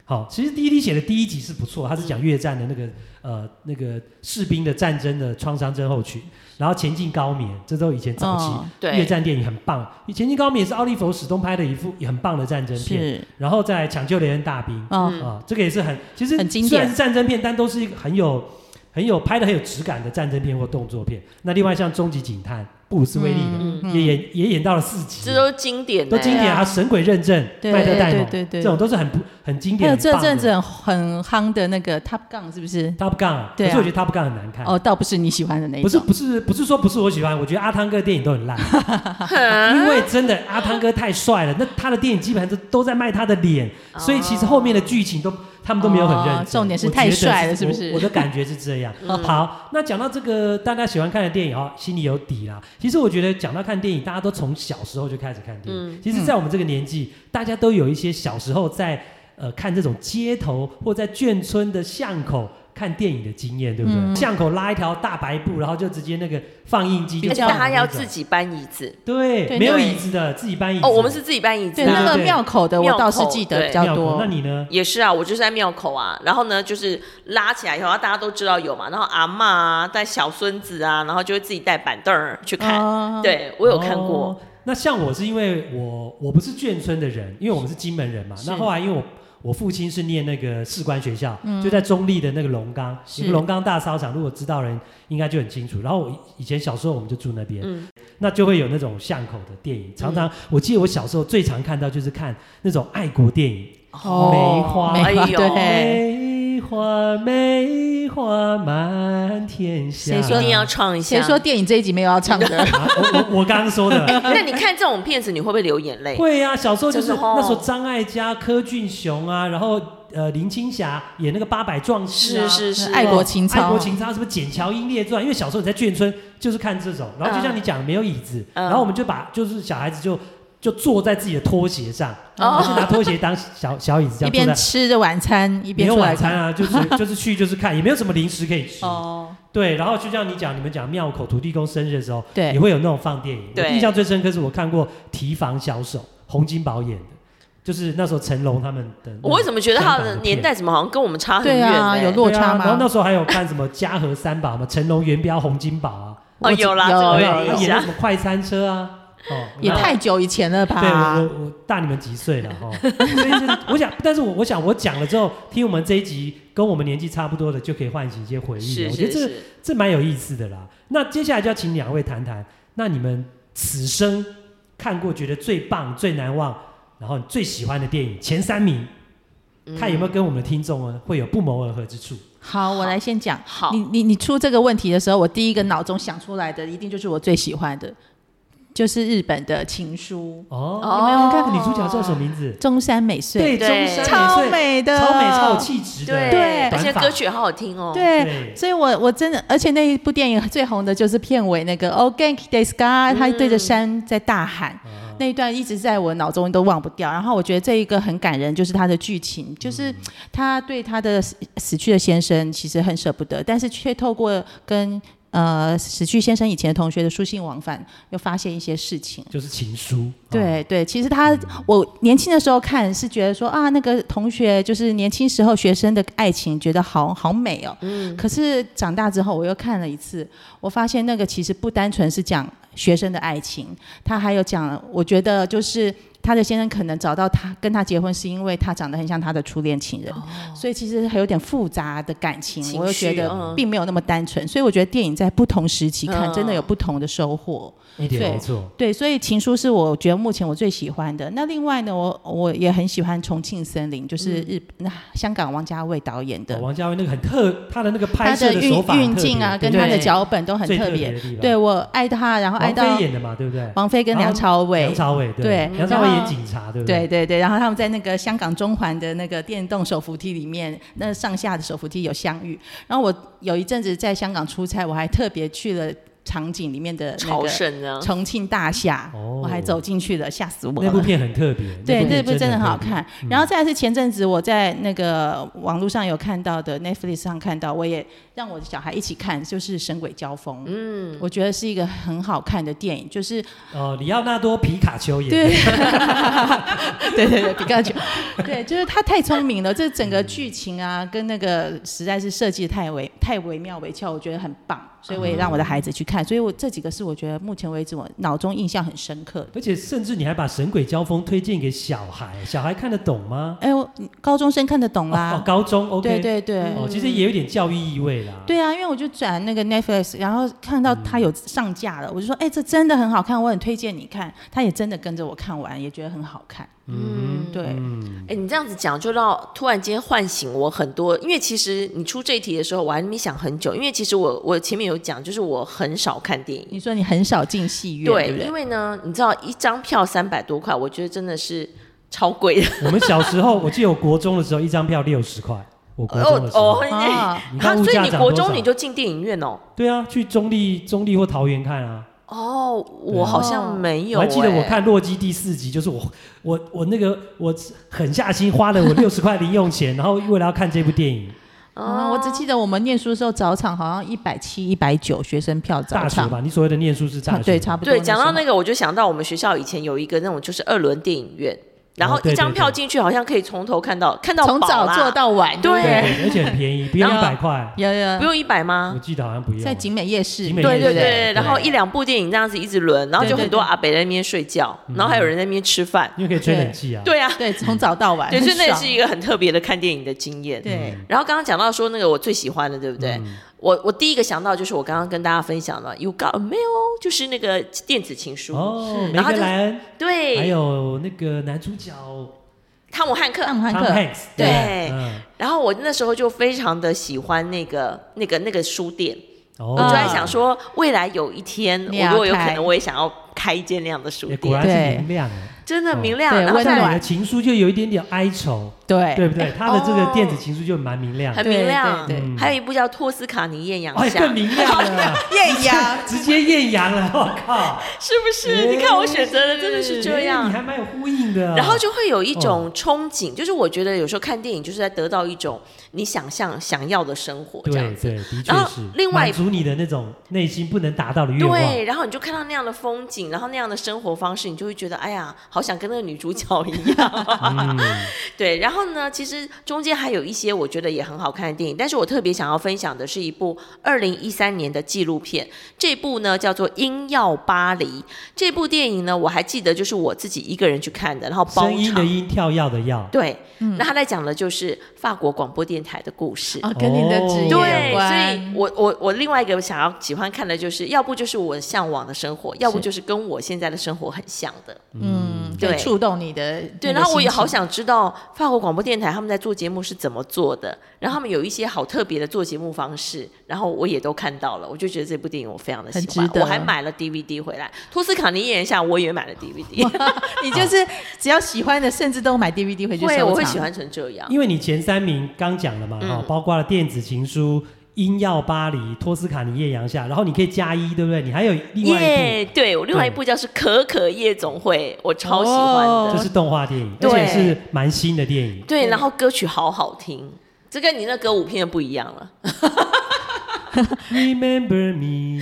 [SPEAKER 3] 好，其实第一滴血的第一集是不错，它是讲越战的那个、呃那个士兵的战争的创伤症候群，然后前进高棉，这都以前早期、
[SPEAKER 2] 嗯
[SPEAKER 1] 对
[SPEAKER 3] 越战电影很棒，前进高棉也是奥利弗史东拍的一部也很棒的战争片，
[SPEAKER 2] 是
[SPEAKER 3] 然后再来抢救雷恩大兵，
[SPEAKER 2] 嗯，
[SPEAKER 3] 啊，这个也是很其实
[SPEAKER 2] 很经典
[SPEAKER 3] 虽然是战争片，但都是一个很有很有拍的很有质感的战争片或动作片。那另外像《终极警探》，布鲁斯威利的、
[SPEAKER 1] 嗯
[SPEAKER 2] 嗯
[SPEAKER 3] 也演也演到了四集
[SPEAKER 1] 这，都是经典的、
[SPEAKER 3] 都经典啊，
[SPEAKER 2] 对啊
[SPEAKER 3] 神鬼认证》、
[SPEAKER 2] 对
[SPEAKER 3] 麦特戴蒙，
[SPEAKER 2] 对对对
[SPEAKER 3] 这种都是很不很经
[SPEAKER 2] 还
[SPEAKER 3] 典。
[SPEAKER 2] 有这阵子
[SPEAKER 3] 很
[SPEAKER 2] 很很夯的那个 Top Gun 是不是？
[SPEAKER 3] 棒的 Top Gun，、啊、
[SPEAKER 2] 对啊
[SPEAKER 3] 可是我觉得 Top Gun 很难看。
[SPEAKER 2] 哦，倒不是你喜欢的那一
[SPEAKER 3] 不是
[SPEAKER 2] 种，
[SPEAKER 3] 不是不是说不是我喜欢，我觉得阿汤哥的电影都很 烂，
[SPEAKER 2] 啊
[SPEAKER 3] 因为真的阿汤哥太帅了，那他的电影基本上都都在卖他的脸，所以其实后面的剧情都他们都没有很认真。
[SPEAKER 2] 哦重点是
[SPEAKER 3] 我觉得
[SPEAKER 2] 太帅了是不是嗯
[SPEAKER 3] 我我的感觉 是这样。
[SPEAKER 1] 嗯
[SPEAKER 3] 好，那讲到这个大家喜欢看的电影哦，心里有底啦。其实我觉得讲到看电影，大家都从小时候就开始看电
[SPEAKER 1] 嗯
[SPEAKER 3] 影。其实，在我们这个年纪，大家都有一些小时候在呃看这种街头或在眷村的巷口。看电影的经验，对不对？
[SPEAKER 1] 嗯
[SPEAKER 3] 巷口拉一条大白布，然后就直接那个放映机就
[SPEAKER 1] 而且
[SPEAKER 3] 放
[SPEAKER 1] 大家要
[SPEAKER 3] 那种
[SPEAKER 1] 自己搬椅子
[SPEAKER 3] 对，
[SPEAKER 2] 对
[SPEAKER 3] 没有
[SPEAKER 2] 对
[SPEAKER 3] 椅子的，自己搬椅子。
[SPEAKER 1] 哦，我们是自己搬椅子、
[SPEAKER 2] 对
[SPEAKER 3] 对
[SPEAKER 1] 啊，
[SPEAKER 2] 那个
[SPEAKER 3] 对
[SPEAKER 2] 庙口的
[SPEAKER 1] 庙
[SPEAKER 2] 我
[SPEAKER 1] 口
[SPEAKER 2] 倒是记得比较
[SPEAKER 3] 妙可
[SPEAKER 2] 多
[SPEAKER 3] 那。你呢？
[SPEAKER 1] 也是啊，我就是在庙口啊，然后呢，就是拉起来以后，大家都知道有嘛，然后阿嬷啊，带小孙子啊，然后就会自己带板凳儿去看。
[SPEAKER 2] 哦，
[SPEAKER 1] 对我有看过，
[SPEAKER 3] 哦那像我是因为我我不是眷村的人，因为我们是金门人嘛。
[SPEAKER 2] 是
[SPEAKER 3] 那后来因为我我父亲是念那个士官学校，
[SPEAKER 1] 嗯
[SPEAKER 3] 就在中立的那个龙岗，
[SPEAKER 2] 是
[SPEAKER 3] 你们龙岗大操场，如果知道人应该就很清楚。然后我以前小时候我们就住那边，
[SPEAKER 1] 嗯
[SPEAKER 3] 那就会有那种巷口的电影，常常、我记得我小时候最常看到就是看那种爱国电影，哦梅花
[SPEAKER 2] 梅花
[SPEAKER 1] 哦哎 呦
[SPEAKER 2] 对，
[SPEAKER 3] 梅花梅花满天下。
[SPEAKER 2] 谁说
[SPEAKER 1] 一定要唱一下。
[SPEAKER 2] 谁说？电影这一集没有要 唱的？
[SPEAKER 3] 啊我我我刚刚说的。
[SPEAKER 1] 哎那你看这种片子，你会不会流眼泪？
[SPEAKER 3] 会啊，小时候就是
[SPEAKER 1] 真的哦
[SPEAKER 3] 那时候张艾嘉、柯俊雄啊，然后呃林青霞演那个八百壮士啊，
[SPEAKER 1] 是是是，
[SPEAKER 2] 爱国情操
[SPEAKER 3] 爱国情操是不是《简乔英列传》？因为小时候你在眷村就是看这种，然后就像你讲的没有椅子，
[SPEAKER 1] 嗯
[SPEAKER 3] 然后我们就把就是小孩子就就坐在自己的拖鞋上，
[SPEAKER 1] 哦
[SPEAKER 3] 然后就拿拖鞋当小小椅子
[SPEAKER 2] 一
[SPEAKER 3] 这样坐
[SPEAKER 2] 边
[SPEAKER 3] 在。
[SPEAKER 2] 吃着晚餐一
[SPEAKER 3] 没
[SPEAKER 2] 边
[SPEAKER 3] 有
[SPEAKER 2] 出
[SPEAKER 3] 晚
[SPEAKER 2] 来
[SPEAKER 3] 餐
[SPEAKER 2] 看。
[SPEAKER 3] 啊，就是 就是去就是看，也没有什么零食可以吃。
[SPEAKER 2] 哦，
[SPEAKER 3] 对，然后就像你讲，你们讲庙口土地公生日的时候，
[SPEAKER 2] 对
[SPEAKER 3] 也会有那种放电影。我
[SPEAKER 1] 对
[SPEAKER 3] 印象最深刻是我看过《提防小手》，洪金宝演的，就是那时候成龙他们的那种香港片。
[SPEAKER 1] 我为什么觉得他的年代怎么好像跟我们差很
[SPEAKER 2] 对
[SPEAKER 1] 远、欸？
[SPEAKER 2] 啊，有
[SPEAKER 3] 对
[SPEAKER 2] 落差
[SPEAKER 3] 啊？然后
[SPEAKER 2] 吗？
[SPEAKER 3] 那时候还有看什么《嘉禾三宝》嘛，成龙、元彪、洪金宝啊，
[SPEAKER 1] 哦，有啦，
[SPEAKER 2] 有
[SPEAKER 1] 这个我
[SPEAKER 3] 对
[SPEAKER 1] 有
[SPEAKER 3] 啊，
[SPEAKER 1] 印
[SPEAKER 3] 演那
[SPEAKER 1] 象
[SPEAKER 3] 什。么快餐车啊，哦，
[SPEAKER 2] 也
[SPEAKER 3] 然后
[SPEAKER 2] 太久以前了吧？
[SPEAKER 3] 对我我我大你们几岁了哈，所以就是我想，但是我我想我讲了之后，听我们这一集跟我们年纪差不多的，就可以唤醒一些回忆
[SPEAKER 1] 是
[SPEAKER 3] 了。哎我
[SPEAKER 1] 是
[SPEAKER 3] 觉得这
[SPEAKER 1] 是，
[SPEAKER 3] 这蛮有意思的啦。那接下来就要请两位谈谈，那你们此生看过觉得最棒、最难忘，然后你最喜欢的电影前三名，
[SPEAKER 1] 嗯
[SPEAKER 3] 看有没有跟我们的听众啊会有不谋而合之处。
[SPEAKER 2] 好，我来先讲。
[SPEAKER 1] 好
[SPEAKER 2] 你你你出这个问题的时候，我第一个脑中想出来的一定就是我最喜欢的，就是日本的《情书
[SPEAKER 3] 哦，
[SPEAKER 1] 哦
[SPEAKER 3] 你们看女主角叫什么名字》？？
[SPEAKER 2] 中山美穗，
[SPEAKER 3] 对，中
[SPEAKER 1] 对
[SPEAKER 3] 山
[SPEAKER 2] 超
[SPEAKER 3] 美
[SPEAKER 2] 美的，
[SPEAKER 3] 穗，超美，超有气质的，
[SPEAKER 2] 对
[SPEAKER 1] 而且
[SPEAKER 3] 短发
[SPEAKER 1] 歌曲好好听哦。
[SPEAKER 2] 对。
[SPEAKER 3] 对，
[SPEAKER 2] 所以我，我真的，而且那一部电影最红的就是片尾那个 “Oh, Gank d e s k a 他对着山在大喊，
[SPEAKER 3] 啊
[SPEAKER 2] 那一段一直在我脑中都忘不掉。然后我觉得这一个很感人，就是他的剧情，就是他对他的死死去的先生其实很舍不得，但是却透过跟呃死去先生以前的同学的书信往返，又发现一些事情。
[SPEAKER 3] 就是情书。
[SPEAKER 1] 啊
[SPEAKER 3] 哦，
[SPEAKER 2] 对对，其实
[SPEAKER 1] 嗯
[SPEAKER 2] 他我年轻的时候看是觉得说啊，那个同学就是年轻时候学生的爱情，觉得好好美哦。
[SPEAKER 1] 嗯
[SPEAKER 2] 可是长大之后我又看了一次，我发现那个其实不单纯是讲学生的爱情，他还有讲，我觉得就是。他的先生可能找到他跟他结婚，是因为他长得很像他的初恋情人，所以其实还有点复杂的感情，
[SPEAKER 1] 哦情
[SPEAKER 2] 我又觉
[SPEAKER 1] 绪
[SPEAKER 2] 得
[SPEAKER 1] 嗯
[SPEAKER 2] 并没有那么单纯，所以我觉得电影在不同时期看，真的有
[SPEAKER 1] 嗯
[SPEAKER 2] 不同的收获。
[SPEAKER 3] 一点
[SPEAKER 2] 对
[SPEAKER 3] 没错。
[SPEAKER 2] 对，所以《情书》是我觉得目前我最喜欢的。那另外呢，我我也很喜欢《重庆森林》，就是日、那香港王家卫导演的，
[SPEAKER 3] 嗯哦王家卫那个很特，他的那个拍
[SPEAKER 2] 他
[SPEAKER 3] 摄
[SPEAKER 2] 的
[SPEAKER 3] 手
[SPEAKER 2] 运
[SPEAKER 3] 法很
[SPEAKER 2] 运
[SPEAKER 3] 特别
[SPEAKER 2] 镜啊，跟
[SPEAKER 3] 对
[SPEAKER 2] 他的
[SPEAKER 1] 对
[SPEAKER 2] 脚本都很
[SPEAKER 3] 最
[SPEAKER 2] 特
[SPEAKER 3] 特
[SPEAKER 2] 别。
[SPEAKER 3] 的地方。
[SPEAKER 2] 对，我爱他，然后爱
[SPEAKER 3] 王
[SPEAKER 2] 到
[SPEAKER 3] 菲演的嘛，对不对？
[SPEAKER 2] 王菲跟梁朝伟
[SPEAKER 3] 梁。朝伟对
[SPEAKER 2] 对，
[SPEAKER 3] 梁朝伟
[SPEAKER 2] 然
[SPEAKER 3] 演
[SPEAKER 2] 后
[SPEAKER 3] 警察，对不
[SPEAKER 2] 对？对对，然后他们在那个香港中环的那个电动手扶梯里面，那上下的手扶梯有相遇。然后我有一阵子在香港出差，我还特别去了场景里面的那
[SPEAKER 1] 朝
[SPEAKER 2] 个
[SPEAKER 1] 圣呢？
[SPEAKER 2] 重庆大厦，
[SPEAKER 3] 哦
[SPEAKER 2] 我还走进去了，吓死我
[SPEAKER 3] 那
[SPEAKER 2] 了
[SPEAKER 3] 部。片很特别，
[SPEAKER 2] 对，
[SPEAKER 3] 那
[SPEAKER 2] 这
[SPEAKER 3] 部
[SPEAKER 2] 部真的很好看。
[SPEAKER 3] 嗯
[SPEAKER 2] 然后再来是前阵子我在那个网络上有看到的 Netflix 上看到，我也让我的小孩一起看，就是《神鬼交锋》。嗯，我觉得是一个很好看的电影，就是
[SPEAKER 3] 哦，里奥纳多皮卡丘演
[SPEAKER 2] 对
[SPEAKER 3] 的，，
[SPEAKER 2] 对对对，皮卡丘， 对，就是他太聪明了，这整个剧情啊，跟那个实在是设计得太微太惟妙惟肖，我觉得很棒，所以我也让我的
[SPEAKER 3] 嗯
[SPEAKER 2] 孩子去看。所以我这几个是我觉得目前为止我脑中印象很深刻的。
[SPEAKER 3] 而且甚至你还把《神鬼交锋》推荐给小孩，小孩看得懂吗？
[SPEAKER 2] 哎呦，高中生看得懂
[SPEAKER 3] 哦，哦
[SPEAKER 2] 啦，
[SPEAKER 3] 高中 OK，
[SPEAKER 2] 对对对。
[SPEAKER 3] 哦，其实也有点教育意味啦。
[SPEAKER 2] 对啊，因为我就转那个 Netflix，然后看
[SPEAKER 1] 嗯
[SPEAKER 2] 到它有上架了，我就说，哎、这真的很好看，我很推荐你看。他也真的跟着我看完，也觉得很好看。嗯，对，
[SPEAKER 1] 哎、你这样子讲，就让突然间唤醒我很多，因为其实你出这一题的时候，我还没想很久，因为其实我我前面有讲，就是我很少看电影，
[SPEAKER 2] 你说你很少进戏院，对
[SPEAKER 1] 对，
[SPEAKER 2] 不
[SPEAKER 1] 因
[SPEAKER 2] 对？
[SPEAKER 1] 为呢，你知道一张票三百多块，我觉得真的是超贵的，
[SPEAKER 3] 我们小时候，我记得我国中的时候，一张票六十块，我国中的时候
[SPEAKER 1] 哦，
[SPEAKER 2] 啊，
[SPEAKER 3] 你
[SPEAKER 1] 哈
[SPEAKER 3] 看 物
[SPEAKER 1] 所以
[SPEAKER 3] 价
[SPEAKER 1] 你
[SPEAKER 3] 涨
[SPEAKER 1] 国
[SPEAKER 3] 多少
[SPEAKER 1] 中你就进电影院哦。
[SPEAKER 3] 对啊，去中立、中立或桃园看啊。
[SPEAKER 1] 哦，我好像没有、
[SPEAKER 3] 哦我还记得我
[SPEAKER 1] 哎
[SPEAKER 3] 看《洛基》第四集，就是我我我那个我狠下心花 了我六十块零用钱，然后为了要看这部电影，
[SPEAKER 1] 哦
[SPEAKER 2] 啊，我只记得我们念书的时候早场好像一百七、一百九学生票早
[SPEAKER 3] 大学
[SPEAKER 2] 场，
[SPEAKER 3] 吧？你所谓的念书是大
[SPEAKER 2] 差
[SPEAKER 3] 学，
[SPEAKER 2] 对，差不多时
[SPEAKER 1] 对，
[SPEAKER 2] 候。
[SPEAKER 1] 讲到那个，我就想到我们学校以前有一个那种就是二轮电影院，然后
[SPEAKER 3] 哦对
[SPEAKER 1] 一
[SPEAKER 3] 对
[SPEAKER 1] 张票
[SPEAKER 3] 对
[SPEAKER 1] 进去好像可以从头看到看到
[SPEAKER 2] 从
[SPEAKER 1] 饱
[SPEAKER 2] 早
[SPEAKER 1] 啦
[SPEAKER 2] 做到晚，
[SPEAKER 1] 对
[SPEAKER 3] 对，而且很便宜，不用一
[SPEAKER 1] 然后啊
[SPEAKER 3] 百块，
[SPEAKER 2] 有有
[SPEAKER 1] 不用一百
[SPEAKER 3] 我
[SPEAKER 1] 吗？
[SPEAKER 3] 记得好像不用。
[SPEAKER 2] 在景美夜市，
[SPEAKER 3] 景美
[SPEAKER 1] 对
[SPEAKER 3] 夜
[SPEAKER 1] 对
[SPEAKER 3] 市
[SPEAKER 1] 对
[SPEAKER 3] 嗯对
[SPEAKER 1] 然后一两部电影这样子一直轮，然后
[SPEAKER 2] 对
[SPEAKER 1] 就
[SPEAKER 2] 对
[SPEAKER 1] 很多
[SPEAKER 2] 对
[SPEAKER 1] 阿北在那边睡觉，
[SPEAKER 3] 嗯
[SPEAKER 1] 然后还有人在那边吃饭，
[SPEAKER 3] 因为可以吹冷气啊。
[SPEAKER 1] 对啊，
[SPEAKER 2] 对，从早到晚，
[SPEAKER 1] 对，所以 那也
[SPEAKER 2] 嗯
[SPEAKER 1] 嗯
[SPEAKER 2] 很爽
[SPEAKER 1] 是一个很特别的看电影的经验。
[SPEAKER 2] 对
[SPEAKER 1] 然后刚刚讲到说那个我最喜欢的，对不对？
[SPEAKER 3] 嗯
[SPEAKER 1] 我我第一个想到就是我刚刚跟大家分享的《You Got a Mail》，就是那个电子情书。
[SPEAKER 3] 哦，梅
[SPEAKER 1] 然后
[SPEAKER 3] 格
[SPEAKER 1] 就
[SPEAKER 3] 莱恩，还
[SPEAKER 1] 对，
[SPEAKER 3] 有那个男主角
[SPEAKER 1] 汤姆汉克。
[SPEAKER 2] 汉姆汉
[SPEAKER 3] Tom
[SPEAKER 2] 克，
[SPEAKER 3] Hanks，
[SPEAKER 1] 对
[SPEAKER 3] 嗯，
[SPEAKER 1] 然后我那时候就非常的喜欢那个那个那个书店，
[SPEAKER 3] 我
[SPEAKER 1] 我就在想说，未来有一天，
[SPEAKER 2] 你
[SPEAKER 1] 我
[SPEAKER 2] 要
[SPEAKER 1] 如果有可
[SPEAKER 2] 开
[SPEAKER 1] 能，我也想要开一间那样的书
[SPEAKER 3] 哎也果
[SPEAKER 1] 店，
[SPEAKER 3] 然是
[SPEAKER 2] 对
[SPEAKER 3] 明亮啊，
[SPEAKER 1] 真的明亮，
[SPEAKER 2] 对
[SPEAKER 1] 然后
[SPEAKER 2] 温
[SPEAKER 1] 再
[SPEAKER 3] 但
[SPEAKER 2] 暖
[SPEAKER 3] 你的情书就有一点点哀愁，
[SPEAKER 2] 对，
[SPEAKER 3] 对不对？他的这个
[SPEAKER 1] 哦
[SPEAKER 3] 电子情书就蛮明亮的，
[SPEAKER 1] 很明亮。
[SPEAKER 2] 对对
[SPEAKER 3] 对
[SPEAKER 1] 还有一部叫《托斯卡尼艳阳
[SPEAKER 3] 哎，
[SPEAKER 1] 下》
[SPEAKER 3] 更明亮了，
[SPEAKER 2] 艳 阳，
[SPEAKER 3] 直接艳阳了，我靠！
[SPEAKER 1] 是不是？你看我选择的真的是这
[SPEAKER 3] 哎哎你哦
[SPEAKER 1] 样。
[SPEAKER 3] 还蛮有呼应的。
[SPEAKER 1] 然后就会有一种憧憬，就是我觉得有时候看电影就是在得到一种你想象想要的生活这
[SPEAKER 3] 对
[SPEAKER 1] 样子。
[SPEAKER 3] 对，的确
[SPEAKER 1] 然后
[SPEAKER 3] 是
[SPEAKER 1] 另外
[SPEAKER 3] 满足你的那种内心不能达到的愿望。
[SPEAKER 1] 对，然后你就看到那样的风景，然后那样的生活方式，你就会觉得，哎呀，好想跟那个女主角一样。
[SPEAKER 3] 嗯，
[SPEAKER 1] 对，然后呢，其实中间还有一些我觉得也很好看的电影，但是我特别想要分享的是一部二零一三年的纪录片，这部呢叫做《英要巴黎》。这部电影呢，我还记得就是我自己一个人去看的，然后包
[SPEAKER 3] 声音的
[SPEAKER 1] 场。
[SPEAKER 3] 音，跳药的 药。
[SPEAKER 1] 对，那他在讲的就是法国广播电台的故事。
[SPEAKER 2] 嗯哦，跟您的职
[SPEAKER 1] 对，
[SPEAKER 2] 业有
[SPEAKER 1] 所以
[SPEAKER 2] 关，
[SPEAKER 1] 我我我另外一个想要喜欢看的就是，要不就是我向往的生活，要不就是跟我现在的生活很像的。
[SPEAKER 2] 嗯，
[SPEAKER 1] 对
[SPEAKER 2] 对，触动你的
[SPEAKER 1] 对，
[SPEAKER 2] 那个
[SPEAKER 1] 然后我也
[SPEAKER 2] 心情
[SPEAKER 1] 好 想知道法国广播电台他们在做节目是怎么做的，然后他们有一些好特别的做节目方式，然后我也都看到了，我就觉得这部电影我非常的喜欢
[SPEAKER 2] 很值，得
[SPEAKER 1] 我还买了 DVD 回来，《托斯卡尼艳阳下》我也买了 DVD，
[SPEAKER 2] 你就是只要喜欢的，甚至都买 DVD 回去收
[SPEAKER 1] 会
[SPEAKER 2] 藏。
[SPEAKER 1] 我会喜欢成这样。
[SPEAKER 3] 因为你前三名刚讲了嘛，哈、包括了电子情书、音耀巴黎、托斯卡尼艳阳下，然后你可以加一，对不对？你还有另外一部，
[SPEAKER 1] 耶对我另外一部叫是《可可夜总会》，我超喜欢的。
[SPEAKER 2] 哦
[SPEAKER 3] 这是动画电影，而
[SPEAKER 1] 对
[SPEAKER 3] 且是蛮新的电 影。
[SPEAKER 1] 对，然后歌曲好好听，这跟你那歌舞片不一样了。
[SPEAKER 3] Remember me，、